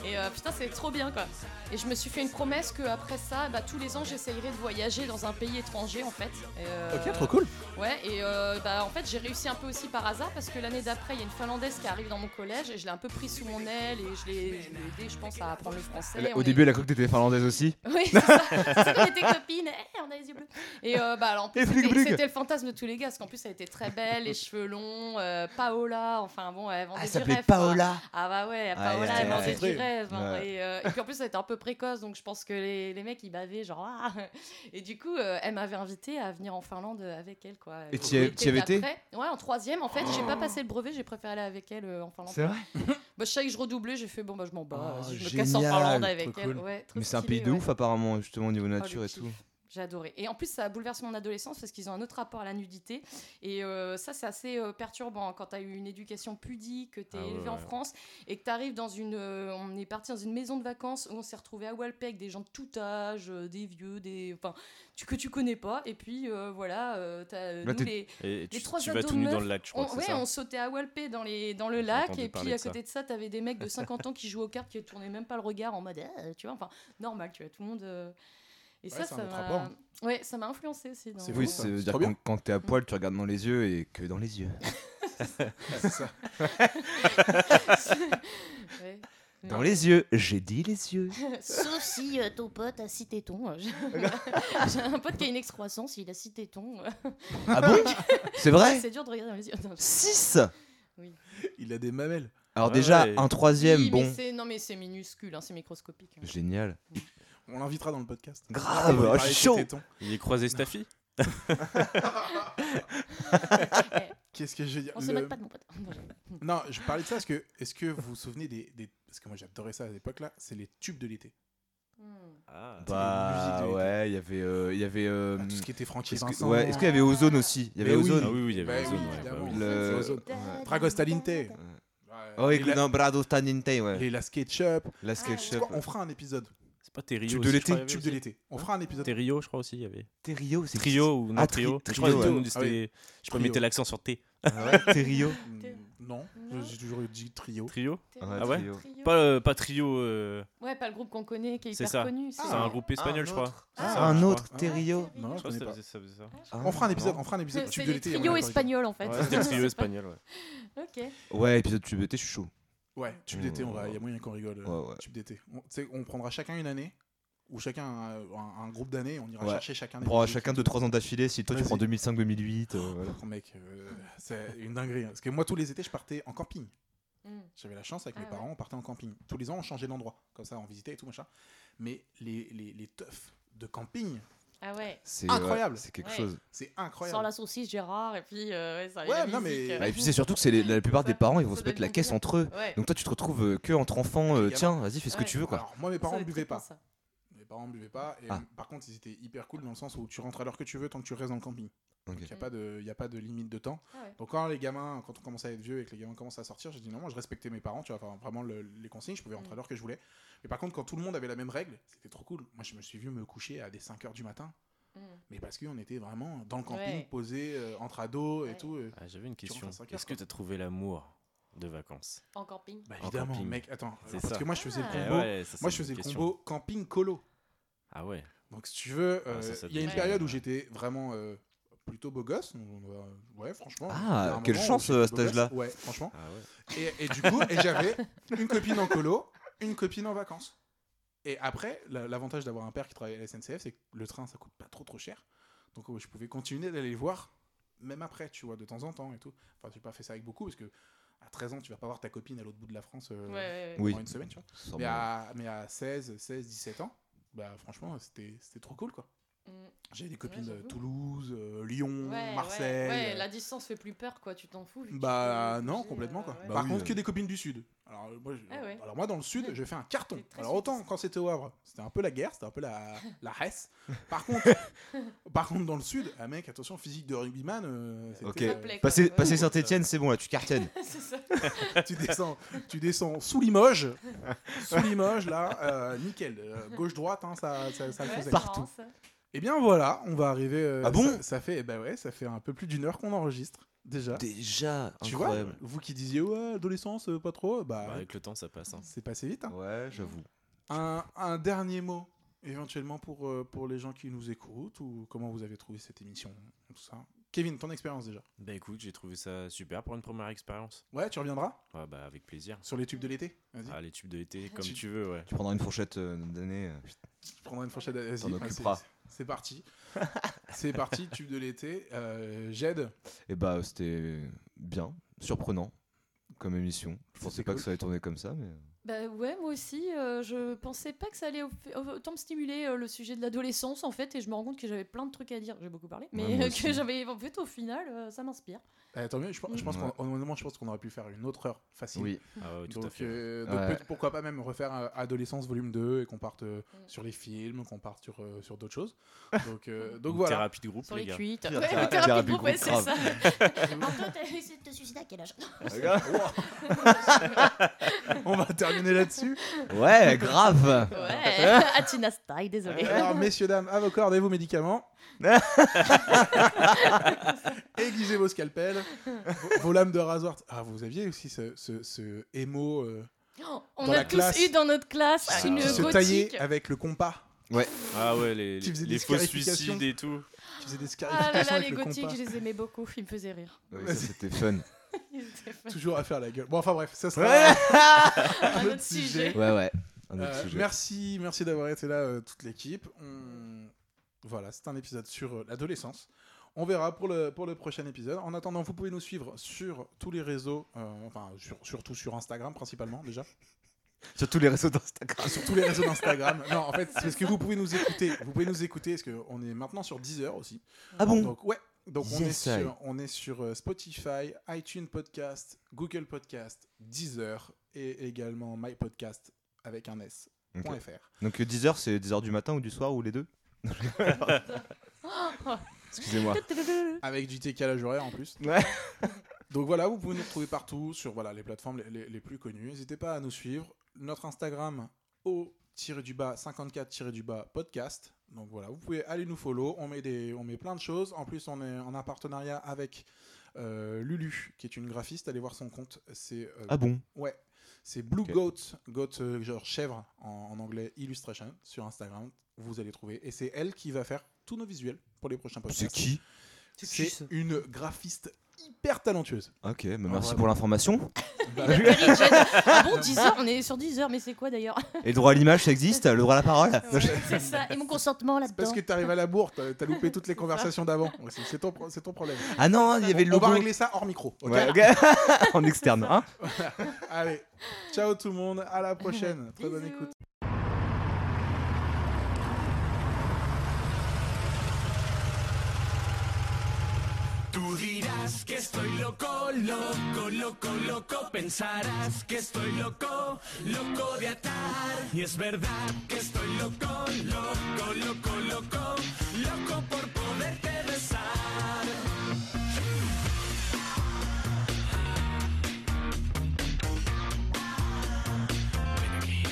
Et euh, putain, c'est trop bien quoi. Et je me suis fait une promesse que après ça, bah, tous les ans j'essayerai de voyager dans un pays étranger en fait. Et, euh,
Ok, trop cool.
Ouais, et euh, bah, en fait j'ai réussi un peu aussi par hasard parce que l'année d'après il y a une Finlandaise qui arrive dans mon collège et je l'ai un peu pris sous mon aile et je l'ai je l'ai aidée, je pense, à apprendre le français.
Elle-
On
au
est-
début, elle a cru que t'étais finlandaise aussi.
oui, c'est ça. C'est ça qu'on était copines. Eh, on a les yeux bleus. Et euh, bah, alors, en plus,
Et flic
c'était
blug.
c'était le fantasme de tous les gars, parce qu'en plus, elle était très belle, les cheveux longs, euh, Paola, enfin bon, elle vendait
Elle
du rêve.
s'appelait
quoi.
Paola.
Ah bah ouais, Paola,
ouais,
elle
ouais.
vendait
Ouais.
du rêve. hein.
Ouais.
Et, euh, et puis en plus, elle était un peu précoce, donc je pense que les, les mecs, ils bavaient genre. Ah. Et du coup, euh, elle m'avait invité à venir en Finlande euh, avec elle, quoi.
Et t'y a-
L'été
t'y avais été Oh.
d'après. Ouais, en troisième, en fait, j'ai pas passé le brevet, j'ai préféré aller avec elle euh, en Finlande.
vrai
Bah, je savais que je redoublais, j'ai fait bon, bah je m'en bats,
Oh,
vas-y, je me casse en
génial,
Finlande avec
trop
elle.
cool.
Ouais, trop
Mais c'est un
stylé,
pays de
ouais.
ouf, apparemment, justement, au niveau
Oh,
nature
le
et tout.
kiff. J'ai adoré. Et en plus, ça bouleverse mon adolescence parce qu'ils ont un autre rapport à la nudité. Et euh, ça, c'est assez euh, perturbant hein, quand tu as eu une éducation pudique, que tu es
Ah ouais,
élevé en
ouais.
France et que tu arrives dans une. euh, on est parti dans une maison de vacances où on s'est retrouvé à Walpec, des gens de tout âge, euh, des vieux, des. Enfin, tu, que tu connais pas. Et puis, euh, voilà, euh, t'as, euh,
Là,
nous,
t'es-
les-
Et tu,
trois
tu
ados
vas tout
de
nu
meufs,
dans le lac, je crois.
on,
c'est
ouais,
ça
on sautait à Walpé dans, les, dans le
J'ai
lac,
entendu
et
parler
puis à
de ça.
côté de ça, t'avais des mecs de 50 ans qui jouaient aux cartes, qui tournaient même pas le regard en mode, Ah, tu vois, enfin, normal, tu vois, tout le monde. euh, Et ça,
c'est un
ça
autre
m'a.
rapport. hein.
Ouais, ça m'a influencé aussi. dans-
C'est
Oui,
fou, ça.
ça veut
C'est
dire
trop
que
bien.
quand t'es à poil, tu regardes dans les yeux et que dans les yeux.
C'est ça.
Ouais.
Dans les yeux, j'ai dit les yeux.
Sauf si euh, ton pote a six tétons. J'ai j'ai un pote qui a une excroissance, il a six tétons.
Ah bon C'est vrai
C'est dur de regarder dans les yeux. Non, je-
6
Il a des mamelles.
Alors
Ouais,
déjà,
ouais.
un troisième,
Oui, mais
bon.
c'est- Non, mais c'est minuscule, hein, c'est microscopique.
Génial.
On l'invitera dans le podcast.
Grave,
On va parler de ses
chaud.
tétons.
Il est croisé Staffy
Eh,
Qu'est-ce que je veux dire
on se
Le-
moque pas de mon pote. Non, je-
Non, je parlais de ça parce que est-ce que vous vous souvenez des, des- parce que moi j'adorais ça à l'époque là, c'est les tubes de l'été.
Hmm.
Ah.
musique de
Bah
l'été.
ouais, il y avait... euh, Il y avait euh,
Ah, tout ce qui était Frankie
est-ce que-
Vincent.
ouais, est-ce qu'il y avait Ozone aussi Il y avait
Mais oui.
Ozone.
Ah oui, oui, il y
Bah
avait
oui,
Ozone, ouais, bah
évidemment.
oui.
Le-
C'est Ozone.
Ouais.
Dragosta Linte.
Oh,
les,
écoute,
la,
non, Brado Staninte, ouais.
les La Ketchup.
La
Je
SketchUp.
crois- Ah, On fera un épisode.
C'est pas Terrio
Tube de
aussi, je
l'été,
crois, il y avait
Tube de
aussi.
l'été. On fera un épisode.
Terrio, je crois aussi, il y avait.
Terrio, c'est
Trio ou non
Ah, tri-
Trio Je
trio,
crois que tout le
ouais.
monde,
Ah oui.
c'était- je sais pas,
Trio.
mettait l'accent sur T.
Terrio.
Mm, Ah Non, je- j'ai toujours dit trio.
Trio
Ah
ouais
Trio.
Trio.
Pas, euh, pas Trio, euh,
Ouais, pas le groupe qu'on connaît, qui est
C'est
hyper
ça.
connu.
c'est un groupe espagnol, je crois.
Ah,
Ça,
un
je
autre,
crois.
Terrio. Ah,
Non,
Je
je
crois que
connais
ça
pas.
faisait ça. faisait ça.
On fera un
non.
épisode. On fera un épisode.
C'est
Tube
c'est
de
des
l'été. il y en a
trios
encore quelques-uns.
espagnols en fait.
Ouais, c'était le trio espagnol, ouais.
Ok.
Ouais, épisode tube d'été, je suis chaud.
Ouais, tube
Mmh.
d'été. On va. Il y a moyen qu'on rigole. euh,
Ouais, ouais.
Tube d'été. On, tu sais, on prendra chacun une année ou chacun un, un- un groupe d'années. On ira
Ouais.
chercher chacun.
On
des
prend
musiques
chacun
et
de
tout.
3 ans d'affilée, si toi tu
Vas-y.
prends 2005-2008. euh, voilà.
Oh, mec, euh, c'est une dinguerie. hein. Parce que moi, tous les étés, je partais en camping.
Hmm.
J'avais la chance avec
Ah
mes
ouais.
parents, on partait en camping. Tous les ans, on changeait d'endroit. Comme ça, on visitait et tout, machin. Mais les, les, les teufs de camping,
Ah ouais.
C'est
Incroyable.
ouais, C'est quelque
Ouais.
chose.
c'est
Sors
incroyable.
la saucisse Gérard et puis euh, ouais, ça
Ouais,
arrive.
non, mais- Bah,
Ah, Et puis c'est surtout que c'est les- la plupart des parents, ils vont
Faut
se mettre la
donner
caisse
envie.
entre eux.
Ouais.
Donc toi, tu te retrouves euh, que entre enfants. euh,
Les gamins.
tiens, vas-y, fais ce que
Ouais.
tu veux, quoi.
Alors, moi, mes parents
Ça
ne
doit être
buvaient
très
pas.
bien, ça.
Mes parents ne buvaient pas. Et
Ah.
Par contre, ils étaient hyper cool dans le sens où tu rentres à l'heure que tu veux tant que tu restes dans le camping.
Ok.
Il n'y a, pas de limite de temps.
Ah ouais.
Donc, quand les gamins, quand on commençait à être vieux et que les gamins commençaient à sortir, j'ai dit non, moi, je respectais mes parents, tu vois, enfin, vraiment le- les consignes, je pouvais rentrer à
Mm.
l'heure que je voulais. Mais par contre, quand tout le monde avait la même règle, c'était trop cool. Moi, je me suis vu me coucher à des 5 heures du matin.
Hmm.
Mais parce qu'on était vraiment dans le camping,
Ouais.
posé, euh, entre ados et
Ouais.
tout. euh.
Ah, J'avais une question.
rentres à cinq heures,
Est-ce que
quoi.
t'as trouvé l'amour de vacances
En camping.
Bah
En
évidemment,
camping.
mec, attends.
C'est
Parce
ça.
que moi, je faisais le
Ah.
Eh
combo,
ouais, ça, c'est
moi, je
une
faisais le
question.
combo camping-colo.
Ah ouais
Donc, si tu veux,
Ah,
euh,
ça, ça
il y a une
devient-
période où
ouais.
j'étais vraiment euh, plutôt beau gosse. on va- Ouais, franchement.
Ah,
il y a un
quelle
moment où
chance,
j'étais
euh, à ce
beau gosse.
âge-là.
Ouais, franchement.
Ah ouais.
Et, et du coup, et j'avais une copine en colo, une copine en vacances. Et après, la- l'avantage d'avoir un père qui travaille à la SNCF, c'est que le train, ça coûte pas trop trop cher. Donc euh, je pouvais continuer d'aller les voir, même après, tu vois, de temps en temps et tout. Enfin, j'ai pas fait ça avec beaucoup, parce que à 13 ans, tu vas pas voir ta copine à l'autre bout de la France euh,
Ouais, ouais, ouais.
Oui.
pendant une semaine, tu vois.
Sans
Mais
bon-
à, mais à 16, 16, 17 ans, bah franchement, c'était c'était trop cool, quoi.
Hmm.
J'avais des copines de
j'avoue.
Toulouse, euh, Lyon,
Ouais,
Marseille.
Ouais, ouais,
euh,
la distance fait plus peur, quoi. Tu t'en fous. vu que
bah
tu peux
non,
bouger,
complètement
euh,
quoi.
ouais.
Bah
Par
oui,
contre,
euh.
que des copines du Sud. Alors euh, moi, je-
Ah ouais.
alors, moi, dans le Sud, je fais un carton.
T'es très
Alors autant
sudiste.
quand c'était au Havre, c'était un peu la guerre, c'était un peu la, la Hesse. Par contre, par contre, dans le Sud, ah mec, attention, physique de rugbyman, euh, c'était,
Ok.
Ça
euh,
te plaît, quoi.
Passer,
Ouais.
passer Saint-Etienne, c'est bon, là, tu cartonnes.
C'est ça.
euh, tu, descends, tu descends sous Limoges, sous Limoges, là, euh, nickel. Gauche-droite, hein, ça, ça, ça le
Ouais,
faisait.
c'est
Partout.
marrant, ça.
Et Eh bien voilà, on va arriver. euh,
Ah bon
ça, ça fait, eh ben ouais, ça fait un peu plus d'une heure qu'on enregistre déjà.
Déjà,
tu vois, vous qui disiez ouais, adolescence, euh, pas trop, bah,
Bah, Avec le temps, ça passe. hein.
c'est passé vite. hein.
Ouais, j'avoue.
Un, un dernier mot, éventuellement, pour, euh, pour les gens qui nous écoutent, ou comment vous avez trouvé cette émission, tout ça. Kevin, ton expérience déjà.
Bah écoute, j'ai trouvé ça super pour une première expérience.
Ouais, tu reviendras
Ouais, bah avec plaisir.
sur les tubes de l'été Vas-y,
Ah, les tubes de l'été, comme
Tu-
tu veux, ouais.
Tu prendras une fourchette euh, d'année. euh, putain.
tu prendras une fourchette. Vas-y,
T'en
Ah,
occuperas.
c'est- C'est parti. c'est parti, tube de l'été. Euh, Jed,
Et bah, c'était bien, surprenant comme émission. Je pensais
C'était
pas
cool.
que ça allait tourner comme ça, mais. euh,
Bah ouais, moi aussi, euh, je pensais pas que ça allait au- autant me stimuler euh, le sujet de l'adolescence en fait, et je me rends compte que j'avais plein de trucs à dire, j'ai beaucoup parlé, mais
Ouais, moi
euh,
aussi.
que j'avais en fait au final, euh, ça m'inspire.
euh, tant mieux, je, pense- je pense
Ouais.
qu'on honnêtement, je pense qu'on aurait pu faire une autre heure facile.
Mm. Oui.
Ah ouais, tout à
Donc,
fait.
euh, donc
Ouais.
peut- pourquoi pas même refaire euh, Adolescence volume 2 et qu'on parte euh,
Mm.
sur les films, qu'on parte sur, euh, sur d'autres choses. Donc, euh, donc
Une
voilà.
Thérapie de groupe,
Sur
les
les
gars.
cuites, ouais,
Thérapie-
ouais,
thérapie
thérapie de
groupe,
groupe, ouais, c'est
grave.
ça.
Alors toi, t'as essayé de te suicider à quel âge
On va terminer là-dessus.
Ouais, grave. Ah
Ouais, Atina Style, désolé.
Alors, messieurs, dames, à vos cordes et vos médicaments. Aiguisez vos scalpels, vos, vos lames de rasoir. Ah, vous aviez aussi ce, ce, ce émo euh,
On
Dans la
a tous
classe,
eu dans notre classe
qui se-
Ah, une
qui se
gothique.
taillait avec le compas.
Ah ouais, les,
Qui faisait
les
des
faux
scarifications.
suicides et tout.
Tu faisais des
Ah là
scarifications
là,
avec le
les gothiques,
compas.
je les aimais beaucoup, ils me faisaient rire.
Oui, ça, c'était fun.
Ils étaient fun.
Toujours à faire la gueule. Bon, enfin bref, ça sera
Ouais.
Un
autre
autre
sujet.
sujet.
Ouais, ouais. Un autre
Euh,
sujet.
merci, merci d'avoir été là, euh, toute l'équipe. On- Voilà, c'est un épisode sur euh, l'adolescence. On verra pour le, pour le prochain épisode. En attendant, vous pouvez nous suivre sur tous les réseaux, euh, enfin sur- surtout sur Instagram principalement déjà.
Sur tous les réseaux d'Instagram.
Sur tous les réseaux d'Instagram. Non, en fait, c'est parce que vous pouvez nous écouter. Vous pouvez nous écouter parce qu'on est maintenant sur Deezer aussi.
Ah bon
Donc ouais, donc on, est
Yes, I.
sur, on est sur euh, Spotify, iTunes Podcast, Google Podcast, Deezer et également My Podcast avec un S.
Ok.
point .fr.
Donc 10h, c'est 10h du matin ou du soir ou les deux Excusez-moi.
Avec du décalage horaire en plus.
Ouais.
Donc voilà, vous pouvez nous retrouver partout sur voilà, les plateformes les, les- les plus connues. N'hésitez pas à nous suivre. Notre Instagram au du bas 54 du bas podcast. Donc voilà, vous pouvez aller nous follow. On met des, on met plein de choses. En plus, on est on a un partenariat avec euh, Lulu, qui est une graphiste. Allez voir son compte. C'est euh,
Ah bon
Ouais. C'est Blue
Ok.
Goat, goat euh, genre chèvre en, en anglais illustration sur Instagram. Vous allez trouver. Et c'est elle qui va faire tous nos visuels pour les prochains podcasts.
C'est qui
C'est une graphiste hyper talentueuse.
Ok, bah
Ah,
merci
bravo.
pour l'information.
Ah bon, 10 heures On est sur 10 heures, mais c'est quoi d'ailleurs
Et le droit à l'image, ça existe Le droit à la parole
C'est ça. Et mon consentement
C'est parce
là-dedans
que t'arrives à la bourre, t'as t'as loupé toutes les conversations d'avant. Ouais, c'est- C'est ton, pro- c'est ton problème.
Ah non, il y avait le
On va
logo.
régler ça hors micro. ok
Ouais, ok. en externe, hein
Allez, ciao tout le monde, à la prochaine. Très bonne
Bisous.
écoute.
Tú dirás que estoy loco, loco, loco, loco. Pensarás que estoy loco, loco de atar. Y es verdad que estoy loco, loco, loco, loco, loco por poderte besar. Ven aquí.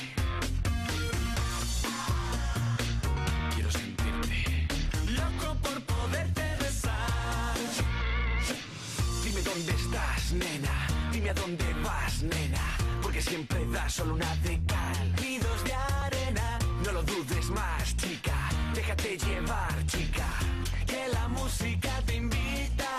Quiero sentirte. Loco por poderte besar. Dime dónde estás, nena. Dime a dónde vas, nena. Porque siempre das solo una de cal y dos de arena. No lo dudes más, chica. Déjate llevar, chica. Que la música te invita.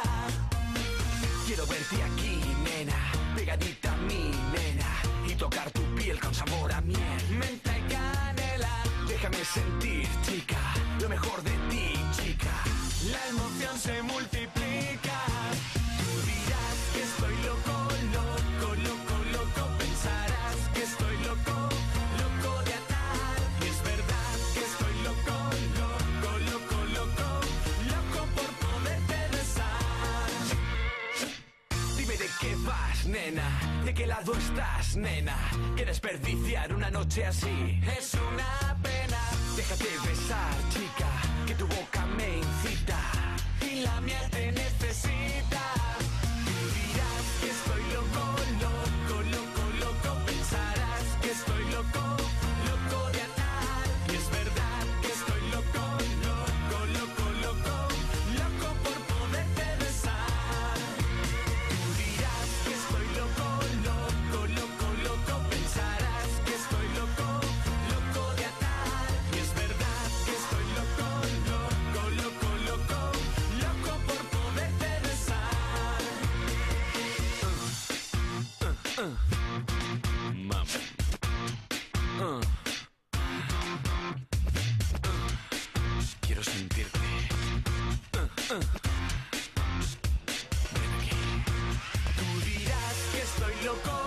Quiero verte aquí, nena. Pegadita a mí, nena. Y tocar tu piel con sabor a miel. Menta y canela. Déjame sentir, chica. Lo mejor de ti, chica. La emoción se multiplica. Tú dirás que estoy loco, loco, loco, loco. Pensarás que estoy loco, loco de atar. Y es verdad que estoy loco, loco, loco, loco, loco por poderte besar. Dime de qué vas, nena. De qué lado estás, nena. Que desperdiciar una noche así es una pena. Déjate besar, chica. Que tu boca me incita y la mía te necesita. Dirás que estoy loco, loco, loco, loco. Pensarás que estoy loco, loco de atar. Y es verdad que estoy loco, loco, loco, loco, loco por poderte besar. Dirás que estoy loco, loco, loco, loco. Pensarás que estoy loco, loco de atar. Y es verdad que estoy loco, loco, loco, loco, loco por poderte besar. Uh. Quiero sentirte. Uh, uh. Ven aquí. Tú dirás que estoy loco,